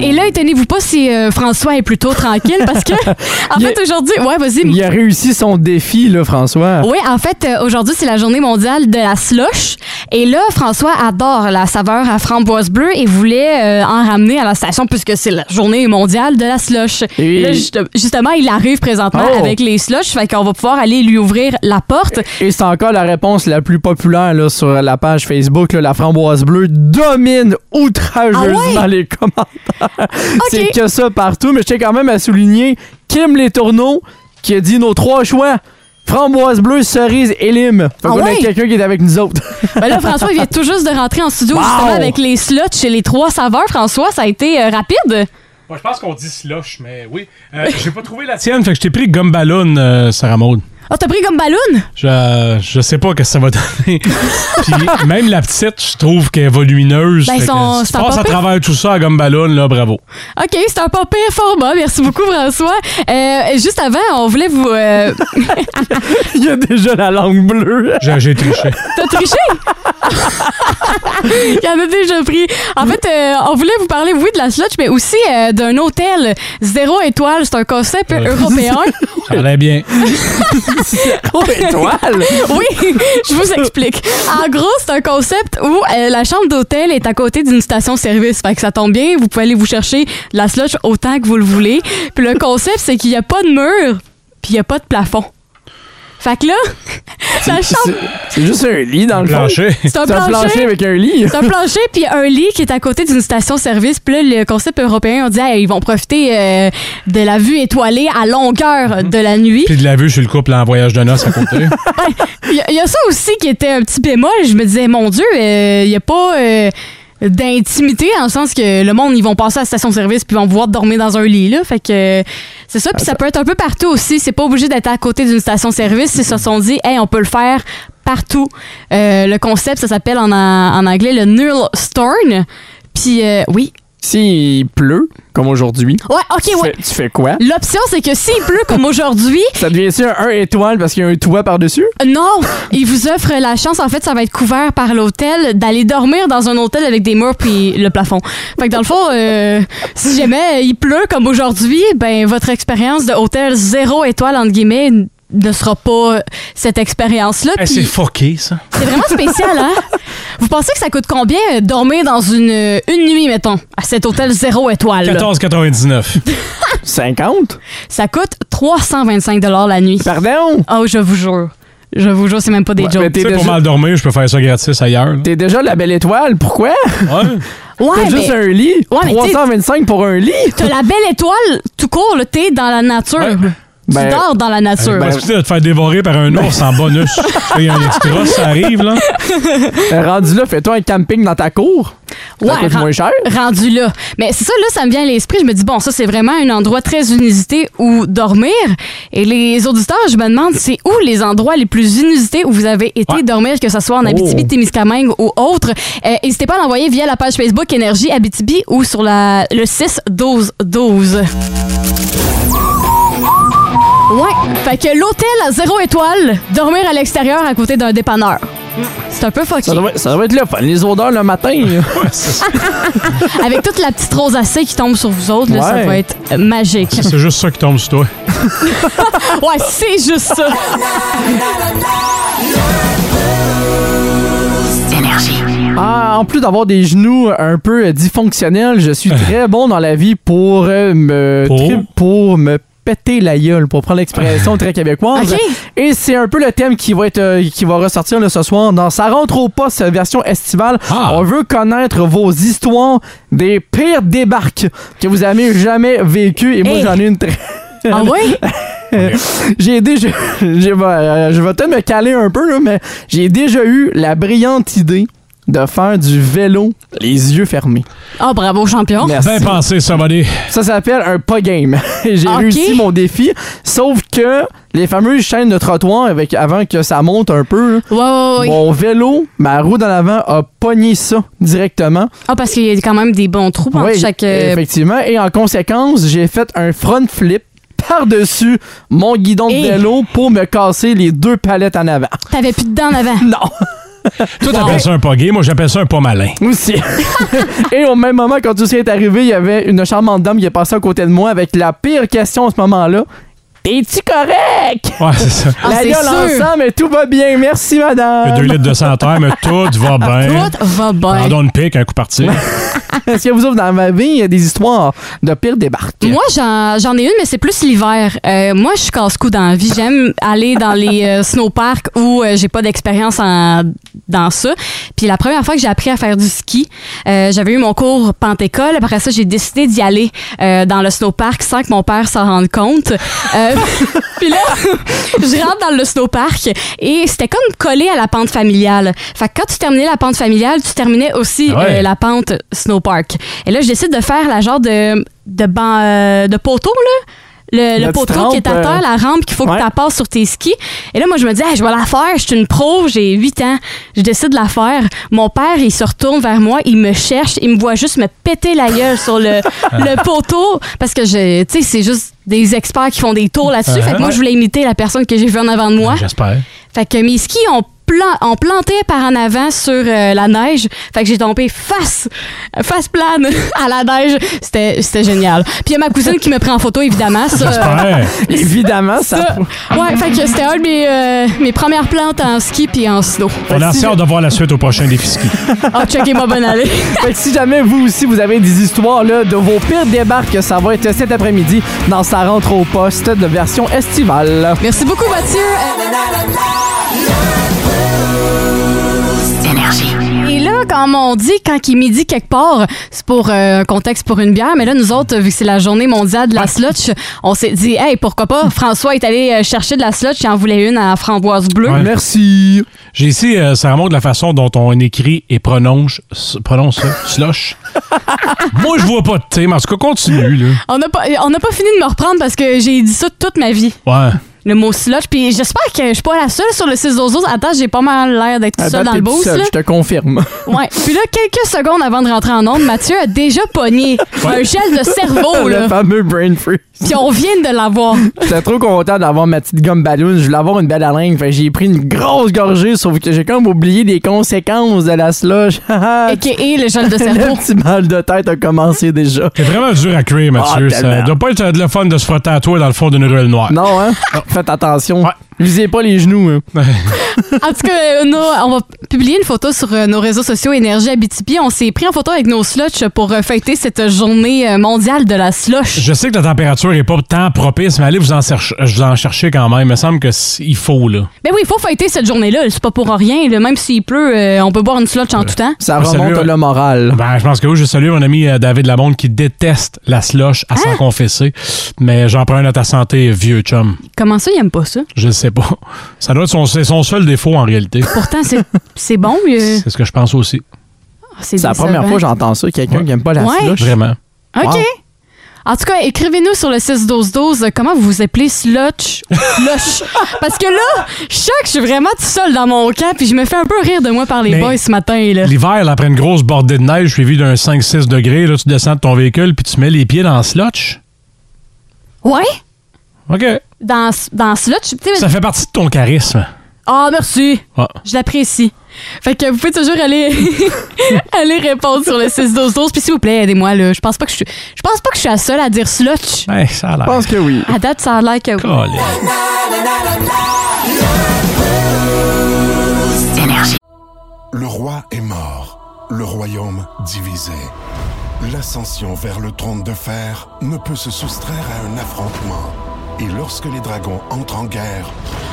B: Et là, étonnez-vous pas si euh, François est plutôt tranquille parce que, en fait, aujourd'hui, ouais, vas-y.
D: Il a réussi son défi, là, François.
B: Oui, en fait, euh, aujourd'hui, c'est la journée mondiale de la slush. Et là, François adore la saveur à framboise bleue et voulait euh, en ramener à la station puisque c'est la journée mondiale de la slush.
D: Et-
B: Et là, juste- justement, il arrive présentement
D: Oh.
B: avec les slush, fait qu'on va pouvoir aller lui ouvrir la porte.
D: Et c'est encore la réponse la plus populaire là, sur la page Facebook. là. la framboise bleue domine outrageusement
B: Ah ouais?
D: les commentaires. C'est que ça partout, mais je tiens quand même à souligner Kim Les Tourneaux qui a dit nos trois choix. Framboise bleue, cerise et lime.
B: Ah
D: Fait qu'on
B: ouais?
D: a quelqu'un qui est avec nous autres.
B: Ben là, François, il vient tout juste de rentrer en studio
D: Wow.
B: justement avec les slush et les trois saveurs. François, ça a été euh, rapide.
C: Moi, je pense qu'on dit slush, mais oui. Euh, J'ai pas trouvé la tienne, fait que je t'ai pris Gumballoon, Sarah Maud.
B: Ah, t'as pris comme ballon?
C: Je, je sais pas qu'est-ce que ça va donner. Puis même la petite, je trouve qu'elle est volumineuse.
B: Ben,
C: Fait que
B: son-
C: si tu
B: son
C: passes à
B: papa-
C: travers tout ça à gomme ballon, là, bravo.
B: OK, c'est un pas pire format. Merci beaucoup, François. Euh, juste avant, on voulait vous. euh,
D: Il y a déjà la langue bleue.
C: J'ai j'ai triché.
B: T'as triché? Il y en a déjà pris. En fait, euh, on voulait vous parler, oui, de la slotch, mais aussi euh, d'un hôtel zéro étoile. C'est un concept
C: Ouais.
B: européen.
C: Ça allait bien.
D: étoile?
B: oui, je vous explique. En gros, c'est un concept où euh, la chambre d'hôtel est à côté d'une station-service. Fait que ça tombe bien, vous pouvez aller vous chercher de la slotch autant que vous le voulez. Puis le concept, c'est qu'il n'y a pas de mur, puis il n'y a pas de plafond. Fait que là, la chambre...
D: C'est- C'est juste un lit dans le fond.
C: Plancher.
B: C'est un plancher
D: avec un lit.
B: C'est un plancher puis un lit qui est à côté d'une station-service. Puis là, le concept européen, on dit Hey, ils vont profiter euh, de la vue étoilée à longueur de la nuit.
C: Puis de la vue sur le couple en voyage de noces à côté.
B: Il y, a- il y a ça aussi qui était un petit bémol. Je me disais, mon Dieu, euh, il n'y a pas euh, d'intimité en le sens que le monde, ils vont passer à la station-service puis ils vont pouvoir dormir dans un lit. Là. Fait que euh, c'est ça. Puis ça peut être un peu partout aussi. C'est pas obligé d'être à côté d'une station-service. Ils se sont dit, hey, on peut le faire partout. Euh, le concept, ça s'appelle en, en anglais le Nurl Storm. Puis euh, oui.
D: S'il pleut, comme aujourd'hui,
B: Ouais, ok,
D: tu,
B: ouais.
D: fais, tu fais quoi?
B: L'option, c'est que s'il pleut comme aujourd'hui,
D: Ça devient-tu un, un étoile parce qu'il y a un toit par-dessus?
B: Non, il vous offre la chance. En fait, ça va être couvert par l'hôtel d'aller dormir dans un hôtel avec des murs puis le plafond. Fait que dans le fond, euh, si jamais il pleut comme aujourd'hui, ben votre expérience de hôtel zéro étoile entre guillemets n- ne sera pas cette expérience-là.
C: Eh,
B: Puis
C: c'est fucké, ça.
B: c'est vraiment spécial, hein Vous pensez que ça coûte combien euh, dormir dans une euh, une nuit, mettons, à cet hôtel zéro étoile? là?
C: 14,99.
D: 50?
B: Ça coûte 325 dollars la nuit.
D: Pardon?
B: Oh, je vous jure, je vous jure, c'est même pas des
D: Ouais,
B: jokes.
D: mais
C: Tu
D: t'es
C: sais, pour
D: déjà,
C: mal dormir, je peux faire ça gratis ailleurs. là.
D: t'es déjà la belle étoile, pourquoi?
C: Ouais.
B: Ouais,
D: T'as
B: mais-
D: juste un lit?
B: Ouais, mais t'sais-
D: 325 pour un lit?
B: T'as la belle étoile tout court, là, t'es dans la nature.
C: Ouais.
B: Tu
D: Ben,
B: dors dans la nature.
C: Parce que tu sais, de te faire dévorer par un ours en bonus. Il y a un extra, ça arrive, là.
D: Euh, rendu là, fais-toi un camping dans ta cour. Ça
B: Ouais,
D: coûte
B: ren-
D: moins cher.
B: rendu là. Mais c'est ça, là, ça me vient à l'esprit. Je me dis, bon, ça, c'est vraiment un endroit très inusité où dormir. Et les auditeurs, je me demande, c'est où les endroits les plus inusités où vous avez été
C: Ouais.
B: dormir, que ce soit en
D: Oh.
B: Abitibi, Témiscamingue ou autre. Euh, N'hésitez pas à l'envoyer via la page Facebook Énergie Abitibi ou sur la, le 6-12-12. Ouais, fait que l'hôtel à zéro étoile, dormir à l'extérieur à côté d'un dépanneur. C'est un peu fucké.
D: Ça doit, ça doit être le fun. Les odeurs le matin. là.
B: Avec toute la petite rosacée qui tombe sur vous autres, là, ça
D: Ouais.
B: va être euh, magique.
C: C'est juste ça qui tombe sur toi.
B: Ouais, c'est juste ça.
H: Énergie.
D: Ah, en plus d'avoir des genoux un peu euh, dysfonctionnels, je suis très bon dans la vie pour euh, me
C: Pour?
D: tri- pour me péter la gueule, pour prendre l'expression très québécoise.
B: Ok.
D: Et c'est un peu le thème qui va être euh, qui va ressortir là, ce soir dans sa rentre au poste euh, version estivale.
C: Ah.
D: On veut connaître vos histoires des pires débarques que vous avez jamais vécues. Et moi
B: Hey.
D: j'en ai une très
B: Ah ouais?
D: j'ai déjà. j'ai- euh, je vais peut-être me caler un peu, là, mais j'ai déjà eu la brillante idée de faire du vélo les yeux fermés.
B: Ah, bravo, champion.
D: Merci.
C: Bien pensé, ça, buddy.
D: Ça s'appelle un pas game. J'ai
B: ben, Ok.
D: réussi mon défi, sauf que les fameuses chaînes de trottoir, avec, avant que ça monte un peu, là,
B: Ouais, ouais, ouais.
D: mon vélo, ma roue dans l'avant a pogné ça directement.
B: Ah, parce qu'il y a quand même des bons trous entre
D: Oui,
B: chaque. euh,
D: effectivement. Et en conséquence, j'ai fait un front flip par-dessus mon guidon de
B: Et-
D: vélo pour me casser les deux palettes en avant.
B: T'avais plus de dents en avant.
D: Non.
C: Toi, t'appelles ça un pas gay. Moi, j'appelle ça un pas malin.
D: Aussi. Et au même moment, quand tout ça est arrivé, il y avait une charmante dame qui est passée à côté de moi avec la pire question à ce moment-là. Es-tu correct?
C: Ouais, c'est ça.
B: Ah,
D: la
B: c'est
D: gueule
B: sûr.
D: ensemble et tout va bien. Merci,
C: Il y a deux
D: madame.
C: litres de santé, mais tout va bien.
B: Tout va
C: On
B: bien.
C: donne une pique, un coup parti.
D: Est-ce que vous autres, dans ma vie, il y a des histoires de pire débarque?
B: Moi, j'en j'en ai une, mais c'est plus l'hiver. Euh, moi, je suis casse-cou dans la vie. J'aime aller dans les euh, snowparks où euh, j'ai pas d'expérience en- dans ça. Puis la première fois que j'ai appris à faire du ski, euh, j'avais eu mon cours Pentécole. Après ça, j'ai décidé d'y aller euh, dans le snowpark sans que mon père s'en rende compte. Euh, puis là, je rentre dans le snowpark et c'était comme collé à la pente familiale. Fait que quand tu terminais la pente familiale, tu terminais aussi
C: Ah ouais.
B: euh, la pente snowpark. Et là, je décide de faire la genre de de ban euh, de poteau là le, le
D: La petite
B: poteau qui est à
D: rampe,
B: terre,
D: euh,
B: la rampe qu'il faut
D: ouais.
B: que tu passes sur tes skis. Et là, moi, je me dis, Ah, je vais la faire, je suis une pro, j'ai 8 ans, je décide de la faire. Mon père, il se retourne vers moi, il me cherche, il me voit juste me péter la gueule sur le, le poteau parce que, je- tu sais, c'est juste des experts qui font des tours
D: Ah.
B: là-dessus. Fait que moi, je voulais imiter la personne que j'ai vue en avant de moi.
C: J'espère.
B: Fait que mes skis ont, plan- ont planté par en avant sur euh, la neige. Fait que j'ai tombé face, face plane à la neige. C'était c'était génial. Puis il y a ma cousine qui me prend en photo, évidemment. Ça, euh,
D: Évidemment, ça.
B: ça. Ouais, fait que c'était un de mes, euh, mes premières plantes en ski puis en snow.
C: On a
D: si
C: assez hâte de voir la suite au prochain défi ski.
B: Ah, checkez-moi bonne allée.
D: Fait que si jamais vous aussi vous avez des histoires là, de vos pires débarques, ça va être cet après-midi dans sa rentre au poste de version estivale.
B: Merci beaucoup, Mathieu. Et là, comme on dit, quand il est midi quelque part, c'est pour euh, un contexte pour une bière. Mais là, nous autres, vu que c'est la journée mondiale de la slotch, on s'est dit, hey, pourquoi pas? François est allé euh, chercher de la slotch et en voulait une à framboise bleue.
C: Ouais.
D: Merci.
C: J'ai ici, euh, ça remonte la façon dont on écrit et prononce, s- prononce ça, slush. Moi, je vois pas de thé, mais en tout cas, continue, là.
B: On n'a pas, euh, on n'a pas fini de me reprendre parce que j'ai dit ça toute ma vie.
C: Ouais.
B: Le mot slotch. Puis j'espère que je suis pas la seule sur le 6 12 Attends, j'ai pas mal l'air d'être
D: À
B: tout seul
D: date,
B: dans
D: Ah, ben, t'es
B: le
D: tout
B: boost.
D: seul,
B: là.
D: Je te confirme.
B: Ouais. Puis là, quelques secondes avant de rentrer en onde, Mathieu a déjà pogné un gel de cerveau.
D: le
B: Oh, Là.
D: fameux brain freeze.
B: Puis on vient de l'avoir.
D: J'étais trop content d'avoir ma petite gomme ballon. Je voulais avoir une belle haleine. Fait que j'ai pris une grosse gorgée, sauf que j'ai comme oublié les conséquences de la slush.
B: Et le gel de cerveau.
D: Ah. Le petit mal de tête a commencé déjà.
C: C'est vraiment dur à créer, Mathieu.
D: Ah,
C: ça
D: tellement.
C: doit pas être euh, de le fun de se frotter à toi dans le fond d'une ruelle noire.
D: Non, hein?
C: Oh.
D: Faites attention. Visez pas les genoux. hein.
C: Ben,
B: En tout cas, euh, nos- on va publier une photo sur euh, nos réseaux sociaux Énergie Abitibi. On s'est pris en photo avec nos slushs pour euh, fêter cette journée euh, mondiale de la slush.
C: Je sais que la température est pas tant propice, mais allez vous en, chercher, vous en chercher quand même. Il me semble qu'il faut, là.
B: Ben oui, il faut fêter cette journée-là. C'est pas pour rien. là. Même s'il pleut, euh, on peut boire une slush en tout temps.
D: Ça
C: Ah,
D: remonte
C: salut, ouais.
D: le moral.
C: Ben, je pense que oui, je salue mon ami euh, David Labonde qui déteste la slush à
D: Hein?
C: s'en confesser. Mais j'en prends un à ta santé, vieux chum.
B: Comment ça, il aime pas ça?
C: Je sais pas. Ça doit être son, c'est son seul défaut en réalité.
D: Hein?
B: Pourtant, c'est- c'est bon. mais, euh, ah,
C: C'est ce que je pense aussi.
B: C'est
D: C'est la première
B: décevant.
D: fois que j'entends ça, quelqu'un qui aime pas la
B: Ouais.
D: slush.
C: Vraiment.
B: OK.
D: Wow.
B: En tout cas, écrivez-nous sur le 6-12-12 euh, comment vous vous appelez slotch ou slush. Parce que là, je sens que je suis vraiment tout seul dans mon camp puis je me fais un peu rire de moi par les
C: Mais-
B: boys ce matin. Là.
C: L'hiver, là, après une grosse bordée de neige suivie d'un 5-6 degrés, là, tu descends de ton véhicule puis tu mets les pieds dans la slotch.
B: Ouais?
C: OK.
B: Dans, dans slotch. tu sais-
C: Ça fait partie de ton charisme.
B: Ah, merci.
C: Ouais.
B: Je l'apprécie. Fait que vous pouvez toujours aller, aller répondre sur le 6-12-12. Puis s'il vous plaît, aidez-moi. là. Je pense pas que je suis je pense pas que je suis la seule à dire slotch.
C: Ben, ça a
D: Je
C: l'air.
D: pense que oui.
B: À date, ça a l'air que...
C: Colin.
F: Le roi est mort, le royaume divisé. L'ascension vers le trône de fer ne peut se soustraire à un affrontement. Et lorsque les dragons entrent en guerre,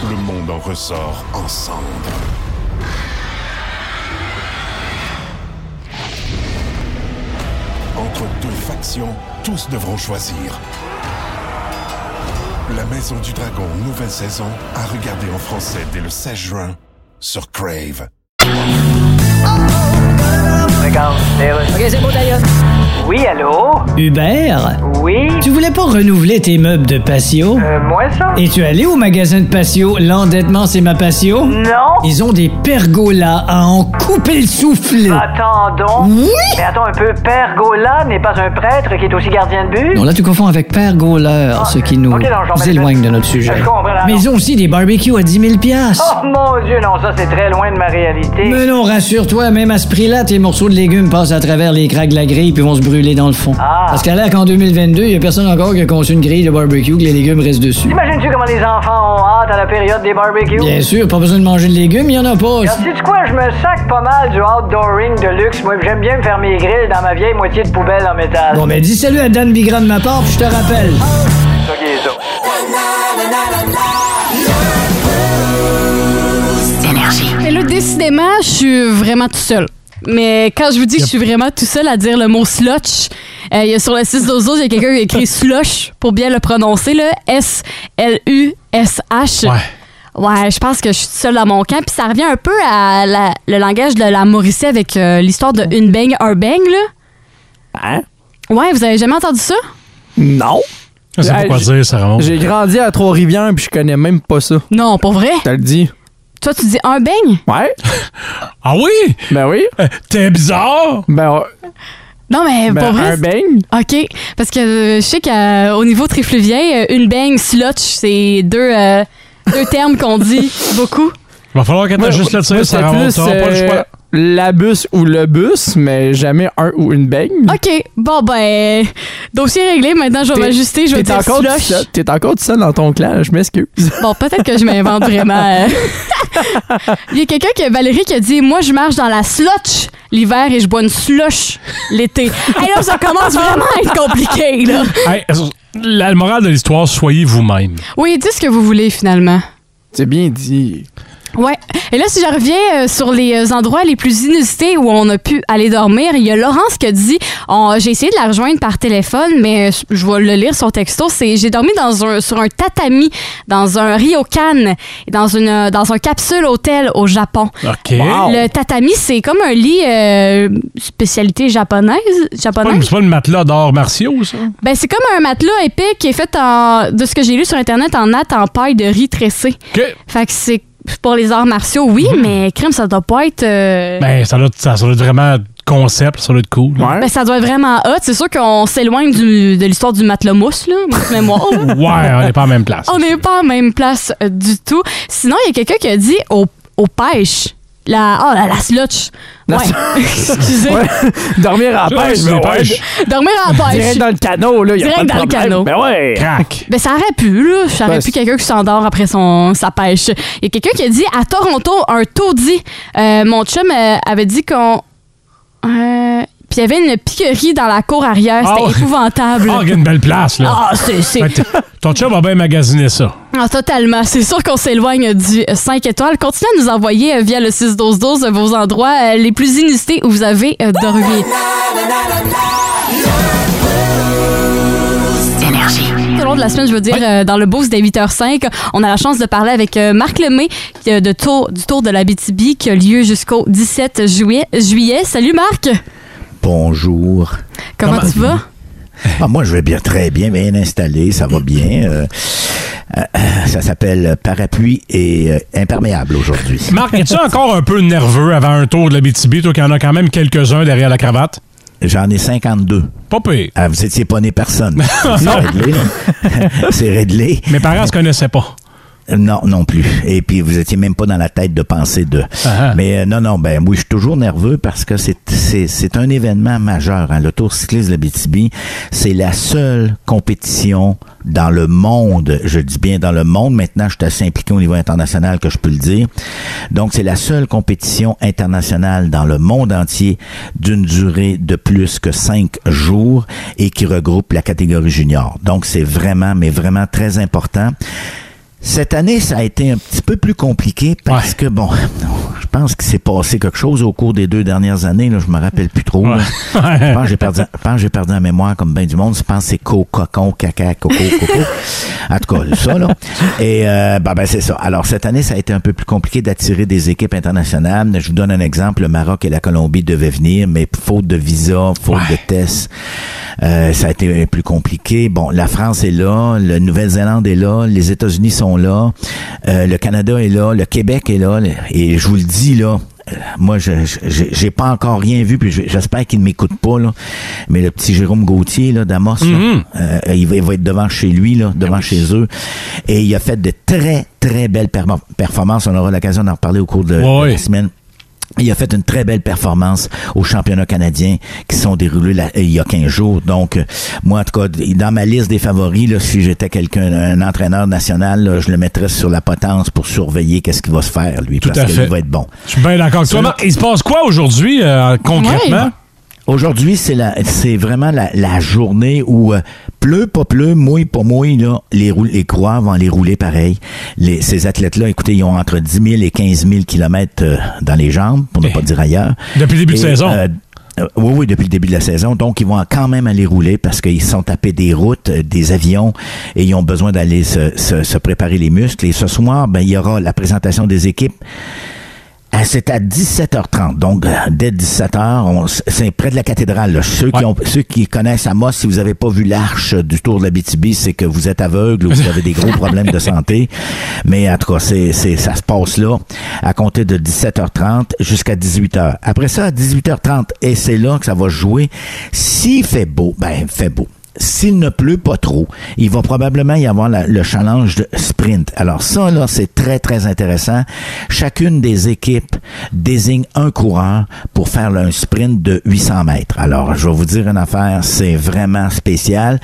F: le monde en ressort ensemble. Entre deux factions, tous devront choisir. La Maison du Dragon, nouvelle saison, à regarder en français dès le 16 juin sur Crave.
J: Ok, c'est bon, d'ailleurs.
K: Oui, allô?
I: Hubert,
K: Oui?
I: tu voulais pas renouveler tes meubles de patio?
K: Euh, moi, ça?
I: Et tu es allé au magasin de patio, l'endettement c'est ma patio?
K: Non?
I: Ils ont des pergolas à en couper le souffle.
K: Attends donc.
I: Oui?
K: Mais attends un peu, Pergola n'est pas un prêtre qui est aussi gardien de but? Ah.
I: Non, là, tu confonds avec pergola, ce qui nous
K: ok, non, j'en
I: nous
K: mets-
I: éloigne de notre sujet.
K: Je comprends, là,
I: Mais
K: non.
I: ils ont aussi des barbecues à 10 000 piastres.
K: Oh mon Dieu, non, ça c'est très loin de ma réalité.
I: Mais non, rassure-toi, même à ce prix-là, tes morceaux de légumes passent à travers les craques de la grille puis vont se brûler dans le fond.
K: Ah.
I: Parce qu'à l'air qu'en 2022, il y a personne encore qui a conçu une grille de barbecue que les légumes restent dessus.
K: Imagines-tu comment les enfants ont hâte à la période des barbecues?
I: Bien sûr, pas besoin de manger de légumes, il y en a pas.
K: Alors, sais-tu quoi? Je me sac pas mal du outdooring de luxe. Moi, j'aime bien me faire mes grilles dans ma vieille moitié de poubelle en métal.
I: Bon, ben dis salut à Dan Bigrand de ma part, puis je te rappelle.
K: Ça qui est ça.
B: Mais là, décidément, je suis vraiment tout seul. Mais quand je vous dis que je suis vraiment tout seul à dire le mot slotch, euh, il y a sur le 6 d'Ozo, il y a quelqu'un qui a écrit slush pour bien le prononcer, là. S-L-U-S-H.
C: Ouais.
B: Ouais, je pense que je suis toute seule dans mon camp. Puis ça revient un peu à la- le langage de la Mauricie avec euh, l'histoire de une beigne, un beigne, là.
D: Hein?
B: Ouais, vous avez jamais entendu ça?
D: Non.
C: Je sais pas
D: Hey,
C: quoi
D: j'ai-
C: dire, ça remonte.
D: J'ai grandi à Trois-Rivières puis je connais même pas ça.
B: Non, pour vrai?
D: T'as le dit.
B: Toi, tu dis un beigne?
D: Ouais.
C: ah oui?
D: Ben oui.
C: Euh, T'es bizarre?
D: Ben,
B: Non, mais
D: Ben,
B: pour vrai.
D: un
B: c'est-
D: beigne?
B: OK. Parce que euh, je sais qu'au niveau trifluvien, euh, une beigne, slotch, c'est deux, euh, deux termes qu'on dit beaucoup.
C: Il va falloir que
D: Moi,
C: t'as juste le
D: moi,
C: tir, ça
D: c'était
C: remonte.
D: plus,
C: T'auras pas le
D: euh,
C: choix.
D: La bus ou le bus, mais jamais un ou une beigne.
B: OK. Bon, ben, dossier réglé. Maintenant, je vais
D: T'es-
B: m'ajuster. Je vais
D: t'es
B: dire
D: encore tout
B: slush.
D: seul- T'es encore tout seul dans ton clan, je m'excuse.
B: Bon, peut-être que je m'invente vraiment. euh. Il y a quelqu'un, qui, Valérie, qui a dit Moi, je marche dans la slotch l'hiver et je bois une slush l'été. Et là, ça commence vraiment à être compliqué, là.
C: Hey, euh, la le morale de l'histoire, soyez vous-même.
B: Oui, dites ce que vous voulez, finalement.
D: C'est bien dit.
B: Ouais. Et là, si je reviens euh, sur les euh, endroits les plus inusités où on a pu aller dormir, il y a Laurence qui a dit on- J'ai essayé de la rejoindre par téléphone, mais euh, je vais le lire son texto. C'est J'ai dormi dans un, sur un tatami, dans un ryokan, et dans, une, euh, dans un capsule hôtel au Japon.
C: OK.
B: Le tatami, c'est comme un lit euh, spécialité japonaise.
C: C'est pas,
B: japonaise.
C: c'est pas le matelas d'or martiaux, ça?
B: Ben, c'est comme un matelas épais qui est fait en, de ce que j'ai lu sur Internet en natte en paille de riz tressé.
C: OK.
B: Fait que c'est pour les arts martiaux, oui,
D: Mm-hmm.
B: mais crime, ça doit pas être. euh, ben,
C: Ben, ça doit, être- ça, ça doit être vraiment concept, ça doit être cool.
D: hein?
B: ça doit être vraiment hot. C'est sûr qu'on s'éloigne du- de l'histoire du matelas mousse, là, moi, de mémoire. là.
C: Ouais, on n'est pas en même place.
B: On n'est pas en même place euh, du tout. Sinon, il y a quelqu'un qui a dit au, au pêche. La, oh, la, la slotch.
D: La
B: ouais.
D: slotch.
B: Excusez.
D: Ouais. Dormir à la
C: Je
D: pêche,
C: suis
D: mais ouais.
C: pêche.
B: Dormir en pêche.
D: Direct dans le canot, là. Y a
B: Direct
D: pas de
B: dans le
D: problème.
B: canot.
D: Ben ouais.
C: Crac!
B: Ben, ça aurait pu, là. Ça aurait
C: Ben,
D: Ouais,
B: pu
D: c'est-
B: quelqu'un qui s'endort après son, sa pêche. Il y a quelqu'un qui a dit à Toronto, un taudis. Euh, mon chum euh, avait dit qu'on. euh, Puis il y avait une piquerie dans la cour arrière. C'était
C: Ah ouais.
B: épouvantable.
C: Ah, il y a une belle place, là.
B: Ah, c'est. c'est-
C: Fait que t- ton chum va bien magasiner ça.
B: Ah, totalement. C'est sûr qu'on s'éloigne du 5 étoiles. Continuez à nous envoyer euh, via le 6-12-12 vos endroits euh, les plus inusités où vous avez euh, dormi.
H: Énergie.
B: Tout au long de la semaine, je veux dire, euh, dans le boost dès 8h05, on a la chance de parler avec euh, Marc Lemay qui, euh, de tour, du Tour de la BTB qui a lieu jusqu'au 17 juillet. juillet. Salut Marc!
L: Bonjour.
B: Comment, tu vas?
L: Ah, moi, je vais bien, très bien, bien installé, ça va bien. Euh, euh, euh, ça s'appelle parapluie et euh, imperméable aujourd'hui.
C: Marc, es-tu encore un peu nerveux avant un tour de la BTB, toi qui en as quand même quelques-uns derrière la cravate?
L: J'en ai 52.
C: Pas pire.
L: Ah, vous étiez pas né personne. C'est
C: Non.
L: réglé. C'est réglé.
C: Mes parents se connaissaient pas.
L: Non, non plus. Et puis, vous étiez même pas dans la tête de penser de. Mais euh, non, non, ben oui, je suis toujours nerveux parce que c'est- c'est c'est un événement majeur. hein. Le Tour cycliste de BTB, c'est la seule compétition dans le monde, je dis bien dans le monde, maintenant je suis assez impliqué au niveau international que je peux le dire. Donc c'est la seule compétition internationale dans le monde entier d'une durée de plus que cinq jours et qui regroupe la catégorie junior. Donc c'est vraiment, mais vraiment très important. Cette année, ça a été un petit peu plus compliqué parce que, bon, je pense qu'il s'est passé quelque chose au cours des deux dernières années. Là, je me rappelle plus trop. là. Je pense que j'ai perdu, je pense que j'ai perdu la mémoire comme bien du monde. Je pense que c'est co, cocon, caca, coco, coco. en tout cas, ça, là. Et euh, ben, ben, c'est ça. Alors, cette année, ça a été un peu plus compliqué d'attirer des équipes internationales. Je vous donne un exemple. Le Maroc et la Colombie devaient venir, mais faute de visa, faute de tests, euh, ça a été euh, plus compliqué. Bon, la France est là, la Nouvelle-Zélande est là, les États-Unis sont là, euh, le Canada est là, le Québec est là. Et je vous le dis, là, euh, moi, je je- j'ai j'ai pas encore rien vu, puis je- j'espère qu'il ne m'écoute pas, là. Mais le petit Jérôme Gauthier, là, d'Amos, là, euh, il, va, il va être devant chez lui, là, devant chez eux. Et il a fait de très, très belles perform- performances. On aura l'occasion d'en reparler au cours de, de la semaine. Il a fait une très belle performance aux championnats canadiens qui sont déroulés la- il y a 15 jours. Donc, euh, moi, en tout cas, dans ma liste des favoris, là, si j'étais quelqu'un, un entraîneur national, là, je le mettrais sur la potence pour surveiller qu'est-ce qu'il va se faire, lui,
C: Tout à
L: parce
C: fait.
L: qu'il va être bon.
C: Je suis bien d'accord avec toi, Marc. Il se passe quoi aujourd'hui, euh, concrètement?
L: Aujourd'hui, c'est la, c'est vraiment la, la journée où euh, pleut, pas pleut, mouille, pas mouille, là, les, roule- les croix vont les rouler pareil. Les, ces athlètes-là, écoutez, ils ont entre 10 000 et 15 000 kilomètres euh, dans les jambes, pour ne pas dire ailleurs.
C: Eh. Depuis le début de
L: Et,
C: saison.
L: euh, euh, oui, oui, depuis le début de la saison. Donc, ils vont quand même aller rouler parce qu'ils se sont tapés des routes, euh, des avions et ils ont besoin d'aller se, se- se préparer les muscles. Et ce soir, ben, il y aura la présentation des équipes Ah, C'est à 17h30. Donc, euh, dès 17h, on s- c'est près de la cathédrale. là. Ceux, qui ont, ceux qui connaissent Amos, si vous n'avez pas vu l'arche euh, du Tour de la BTB, c'est que vous êtes aveugle ou vous avez des gros problèmes de santé. Mais en tout cas, c'est c'est- ça se passe là à compter de 17h30 jusqu'à 18h. Après ça, à 18h30, et c'est là que ça va jouer. S'il fait beau, ben, fait beau. S'il ne pleut pas trop, il va probablement y avoir la- le challenge de sprint. Alors ça, là, c'est très, très intéressant. Chacune des équipes désigne un coureur pour faire un sprint de 800 mètres. Alors, je vais vous dire une affaire, c'est vraiment spécial.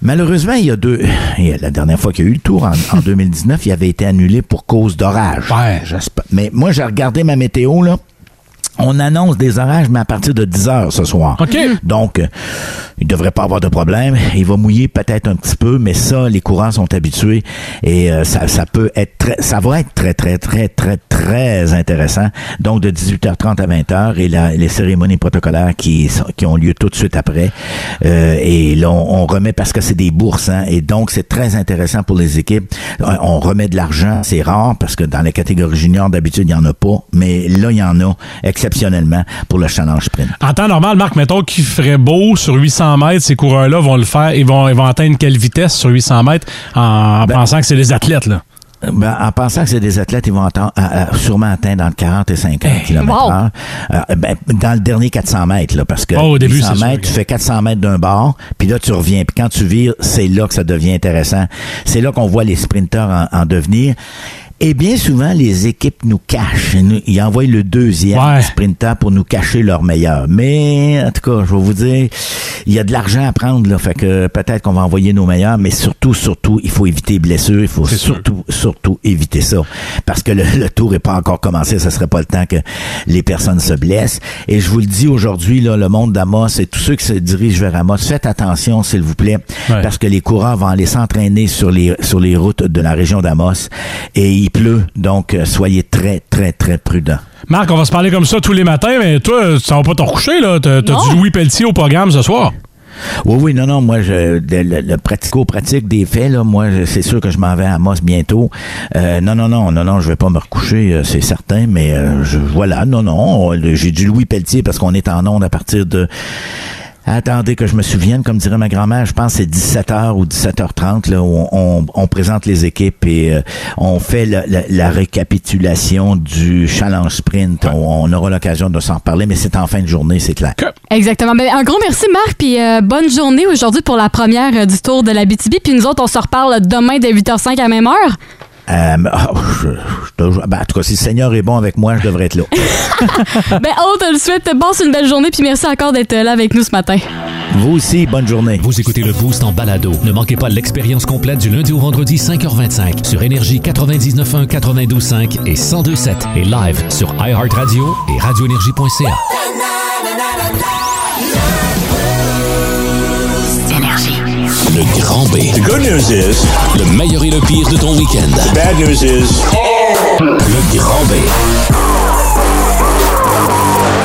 L: Malheureusement, il y a deux... il y a- La dernière fois qu'il y a eu le tour, en, en 2019, il avait été annulé pour cause d'orage. J'espère- Mais moi, j'ai regardé ma météo, là. On annonce des orages, mais à partir de 10 heures ce soir. Donc, euh, il ne devrait pas avoir de problème. Il va mouiller peut-être un petit peu, mais ça, les courants sont habitués et euh, ça, ça peut être très, ça va être très, très, très, très, très intéressant. Donc, de 18h30 à 20h et la- les cérémonies protocolaires qui, sont- qui ont lieu tout de suite après. Euh, et là, on, on remet parce que c'est des bourses, hein, et donc c'est très intéressant pour les équipes. On- On remet de l'argent, c'est rare parce que dans les catégories juniors, d'habitude, il n'y en a pas, mais là, il y en a exceptionnellement pour le challenge sprint.
C: En temps normal, Marc, mettons qu'il ferait beau sur 800 mètres, ces coureurs-là vont le faire. Ils vont, ils vont atteindre quelle vitesse sur 800 mètres en, en pensant que c'est des athlètes, là?
L: Ben, en pensant que c'est des athlètes, ils vont atten- à- à- sûrement atteindre entre 40 et 50
C: Eh,
L: km heure. Euh, ben, dans le dernier 400 mètres, là, parce que
C: Oh, au début,
L: 800
C: c'est sûr,
L: mètres, tu fais 400 mètres d'un bord, puis là, tu reviens. Puis quand tu vires, c'est là que ça devient intéressant. C'est là qu'on voit les sprinteurs en, en devenir. Et bien souvent, les équipes nous cachent. Ils, nous- ils envoient le deuxième sprinter pour nous cacher leur meilleur. Mais, en tout cas, je vais vous dire, il y a de l'argent à prendre, là. Fait que peut-être qu'on va envoyer nos meilleurs, mais surtout, surtout, il faut éviter les blessures. Il faut surtout, surtout éviter ça. Parce que le, le tour n'est pas encore commencé. Ce serait pas le temps que les personnes se blessent. Et je vous le dis aujourd'hui, là, le monde d'Amos et tous ceux qui se dirigent vers Amos, faites attention, s'il vous plaît. Parce que les coureurs vont aller s'entraîner sur les, sur les routes de la région d'Amos. Et il pleut. Donc, euh, soyez très, très, très prudents.
C: Marc, on va se parler comme ça tous les matins, mais toi, ça va pas te recoucher, là. T'as t'as du Louis Pelletier au programme ce soir.
L: Oui, oui, non, non, moi, je, de- le, le pratico-pratique des faits, là, moi, je- c'est sûr que je m'en vais à Amos bientôt. Euh, non, non, non, non, non, je vais pas me recoucher, euh, c'est certain, mais euh, je, voilà, non, non, on- le- j'ai du Louis Pelletier parce qu'on est en onde à partir de... Attendez que je me souvienne, comme dirait ma grand-mère, Ah, je pense que c'est 17h ou 17h30 là, où on, on- on présente les équipes et euh, on fait la, la- la récapitulation du challenge sprint. On, on aura l'occasion de s'en reparler, mais c'est en fin de journée, c'est clair.
B: Exactement. Ben, un gros merci, Marc, puis euh, bonne journée aujourd'hui pour la première euh, du tour de la BTB. Puis nous autres, on se reparle demain dès 8h05 à même heure.
L: Euh, oh, je- je te- ben, en tout cas, si le Seigneur est bon avec moi, je devrais être là.
B: ben, on te le souhaite. Passe une belle journée, puis merci encore d'être euh, là avec nous ce matin.
L: Vous aussi, bonne journée.
A: Vous écoutez le Boost en balado. Ne manquez pas l'expérience complète du lundi au vendredi 5h25 sur Énergie 99.1, 92.5 et 102.7 et live sur iHeartRadio et radioénergie.ca. Le grand B. The good news is... Le meilleur et le pire de ton week-end. The bad news is... Le grand B.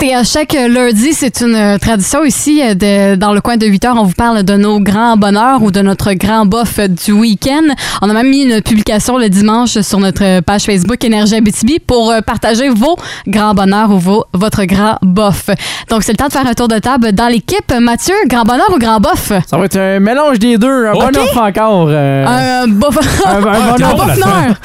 B: Et à chaque euh, lundi, c'est une euh, tradition ici. euh, de- dans le coin de 8 heures, on vous parle de nos grands bonheurs ou de notre grand bof euh, du week-end. On a même mis une publication le dimanche sur notre euh, page Facebook Énergie Abitibi pour euh, partager vos grands bonheurs ou vos, votre grand bof. Donc, c'est le temps de faire un tour de table dans l'équipe. Mathieu, grand bonheur ou grand bof?
D: Ça va être un mélange des deux, un
B: Ok.
D: bon off encore. euh,
B: Un bof.
D: un, un
B: Ah,
D: bon
B: t'es
D: off.
B: bon là-dedans.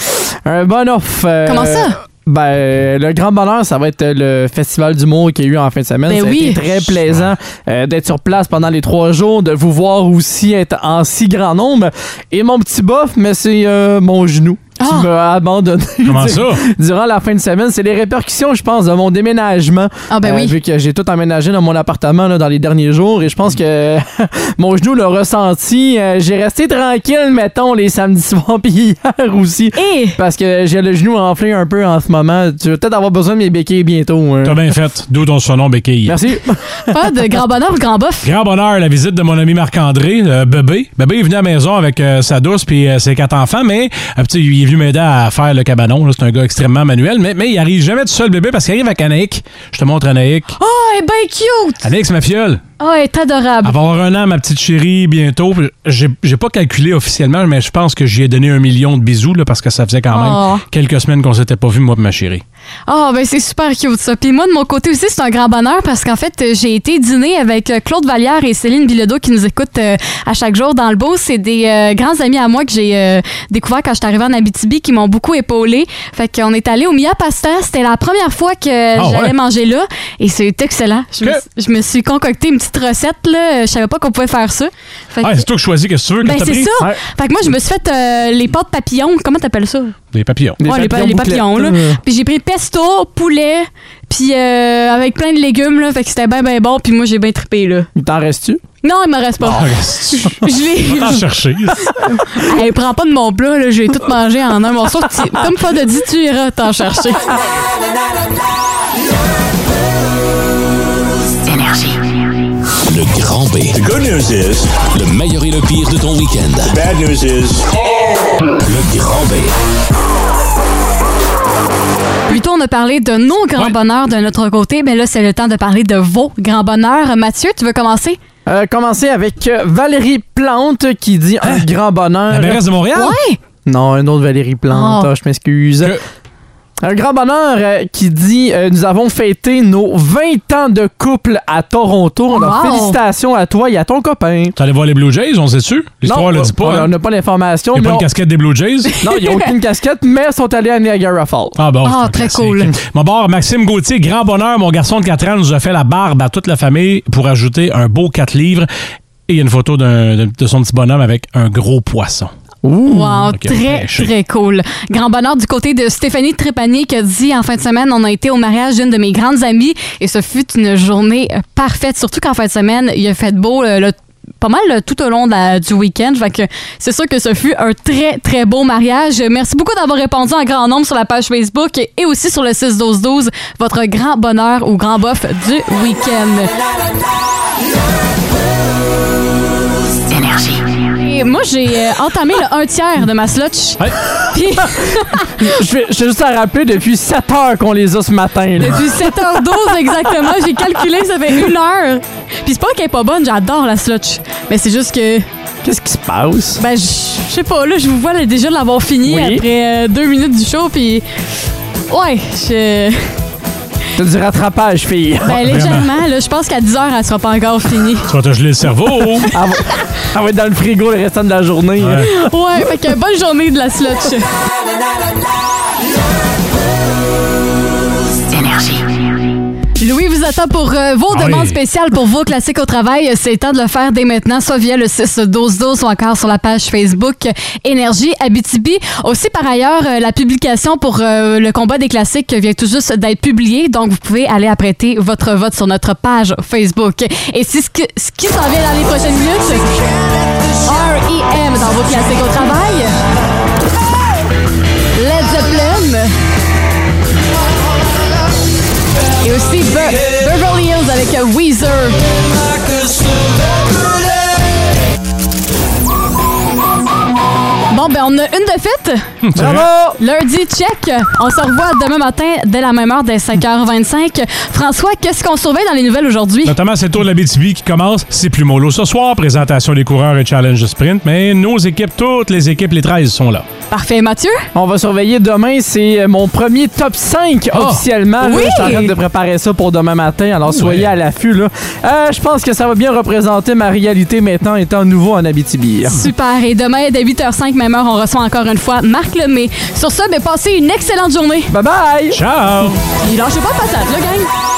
D: Un bon off. euh,
B: Comment ça?
D: Ben, le grand bonheur, ça va être euh, le festival d'humour qu'il y a eu en fin de semaine.
B: Ben
D: ça a
B: oui.
D: été très plaisant euh, d'être sur place pendant les trois jours, de vous voir aussi être en si grand nombre. Et mon petit bof, mais c'est euh, mon genou
B: Ah.
D: qui m'a abandonné.
C: Comment ça?
D: Durant la fin de semaine, c'est les répercussions, je pense, de mon déménagement. Euh,
B: Ah ben oui.
D: Vu que j'ai tout emménagé dans mon appartement là, dans les derniers jours et je pense que mon genou l'a ressenti. Euh, j'ai resté tranquille, mettons, les samedis soirs puis hier aussi. Parce que j'ai le genou enflé un peu en ce moment. Tu vas peut-être avoir besoin de mes béquilles bientôt. hein.
C: T'as bien fait, d'où ton surnom, Béquille.
D: Merci.
B: Pas de grand bonheur ou grand bof?
C: Grand bonheur, la visite de mon ami Marc-André, euh, Bébé. Bébé est venu à la maison avec euh, sa douce puis euh, ses quatre enfants, mais euh, petit, il est venu m'aider à faire le cabanon. là. C'est un gars extrêmement manuel, mais, mais il arrive jamais tout seul, bébé, parce qu'il arrive avec Anaïk. Je te montre Anaïk.
B: Oh, elle est bien cute!
C: Anaïk, c'est ma fiole.
B: Oh, elle est adorable.
C: Elle va avoir un an, ma petite chérie, bientôt. Puis J'ai j'ai pas calculé officiellement, mais je pense que j'y ai donné un million de bisous, là, parce que ça faisait quand même
B: Oh.
C: quelques semaines qu'on s'était pas vu, moi et ma chérie.
B: Ah, ben c'est super cute ça. Puis moi, de mon côté aussi, c'est un grand bonheur parce qu'en fait, euh, j'ai été dîner avec euh, Claude Vallière et Céline Bilodeau qui nous écoutent euh, à chaque jour dans le beau. C'est des euh, grands amis à moi que j'ai euh, découvert quand je suis arrivée en Abitibi qui m'ont beaucoup épaulé. Fait qu'on est allé au Mia Pasteur. C'était la première fois que
M: Ah,
B: j'allais
M: ouais.
B: manger là et c'est excellent. Je, me, suis- je me suis concocté une petite recette là. Je savais pas qu'on pouvait faire ça. Fait que-
C: Ah, c'est toi qui choisis qu'est-ce que tu veux.
B: ben
C: qu'est-ce que
B: c'est
C: t'as
B: ça.
C: pris? Ouais.
B: Fait que moi, je me suis fait euh, les pâtes papillons. Comment t'appelles ça?
C: Des papillons.
B: Ouais, Oh, les, pa- les papillons, là. Puis j'ai pris pesto, poulet, puis euh, avec plein de légumes, là. Fait que c'était bien, bien bon. Puis moi, j'ai bien trippé, là.
D: Il t'en reste-tu?
B: Non, il me reste pas.
C: Ah, reste-tu?
B: Je l'ai-
C: Va t'en chercher. Eh
B: Hey, prends pas de mon plat, là. J'ai tout mangé en un morceau. Tu- Comme pas de dit, tu iras t'en chercher.
H: Énergie.
A: Le grand B. The good news is. Le meilleur et le pire de ton week-end. bad news is. Le grand B.
B: Plus tôt, on a parlé de nos grands bonheurs de notre côté. Mais là, c'est le temps de parler de vos grands bonheurs. Mathieu, tu veux commencer?
D: Euh, commencer avec euh, Valérie Plante qui dit un grand bonheur.
C: Hein? La mairesse ben, de Montréal?
B: Ouais!
D: Non, un autre Valérie Plante,
C: Oh.
D: ah, je m'excuse. Un grand bonheur euh, qui dit euh, Nous avons fêté nos 20 ans de couple à Toronto. Alors,
C: Wow.
D: Félicitations à toi et à ton copain.
C: T'es allé voir les Blue Jays, on sait-tu?
D: Oh, Non,
C: L'histoire le dit
D: on-
C: pas. hein.
D: On n'a pas l'information.
C: Il n'y
D: mais
C: a pas
D: on-
C: une casquette des Blue Jays?
D: Non, il n'y a aucune casquette, mais ils sont allés à Niagara Falls.
C: Ah bon.
D: Ah,
C: c'est un
D: très
C: classique.
D: cool.
C: Mon bord, Maxime Gauthier, grand bonheur, mon garçon de 4 ans nous a fait la barbe à toute la famille pour ajouter un beau 4 livres. Et il y a une photo d'un- de, de son petit bonhomme avec un gros poisson.
B: Wow,
C: Ok,
B: très,
C: pêché.
B: très cool. Grand bonheur du côté de Stéphanie Trépanier qui a dit en fin de semaine, on a été au mariage d'une de mes grandes amies et ce fut une journée euh, parfaite, surtout qu'en fin de semaine, il a fait beau euh, le- pas mal euh, tout au long de la- du week-end. Fait que c'est sûr que ce fut un très, très beau mariage. Euh, Merci beaucoup d'avoir répondu en grand nombre sur la page Facebook et et aussi sur le 6-12-12, votre grand bonheur ou grand bof du week-end.
H: Énergie.
B: Et moi, j'ai euh, entamé le un tiers de ma slotch. Puis-
D: Je vais je vais juste à rappeler depuis 7 heures qu'on les a ce matin. là.
B: Depuis 7h12 exactement, j'ai calculé, ça fait une heure. Puis c'est pas qu'elle est pas bonne, j'adore la slotch. Mais c'est juste que.
D: Qu'est-ce qui se passe?
B: Ben, je je sais pas, là, je vous vois là, déjà de l'avoir fini
D: Oui.
B: après euh, deux minutes du show, puis. Ouais, je.
D: T'as du rattrapage, fille.
B: Ben, légèrement, là, je pense qu'à 10h, elle sera pas encore finie.
C: Tu vas te geler le cerveau.
D: elle, va, elle va être dans le frigo le restant de la journée.
B: Ouais, fait que bonne journée de la slotch.
H: Énergie.
B: Louis vous attend pour euh, vos
H: Ah oui.
B: demandes spéciales pour vos classiques au travail. C'est temps de le faire dès maintenant, soit via le 6-12-12 ou encore sur la page Facebook euh, Énergie Abitibi. Aussi, par ailleurs, euh, la publication pour euh, le combat des classiques vient tout juste d'être publiée, donc vous pouvez aller apprêter votre vote sur notre page Facebook. Et c'est ce, que- ce qui s'en vient dans les prochaines minutes. R.E.M. dans vos classiques au travail. Led Zeppelin. Et aussi Be- Beverly Hills avec euh, Weezer. Bon, ben, on a une de fête.
H: Hum, c'est vrai. Bravo!
B: Lundi, check. On se revoit demain matin dès la même heure, dès 5h25. François, qu'est-ce qu'on surveille dans les nouvelles aujourd'hui?
C: Notamment, c'est le tour de la BTB qui commence. C'est plus mollo ce soir. Présentation des coureurs et challenge de sprint. Mais nos équipes, toutes les équipes, les 13 sont là.
B: Parfait, Mathieu.
H: Hum.
D: On va surveiller demain. C'est euh, mon premier top 5
C: Ah!
D: officiellement. là.
C: Oui!
D: Je suis en train de préparer ça pour demain matin. Alors, soyez à l'affût. là. Euh, je pense que ça va bien représenter ma réalité maintenant étant nouveau en Abitibi.
B: Super. Et demain, dès 8h05, même heure, on reçoit encore une fois Marc Lemay. Sur ce, ben, passez une excellente journée.
D: Bye bye.
C: Ciao.
B: Il lâche pas patate, le gang.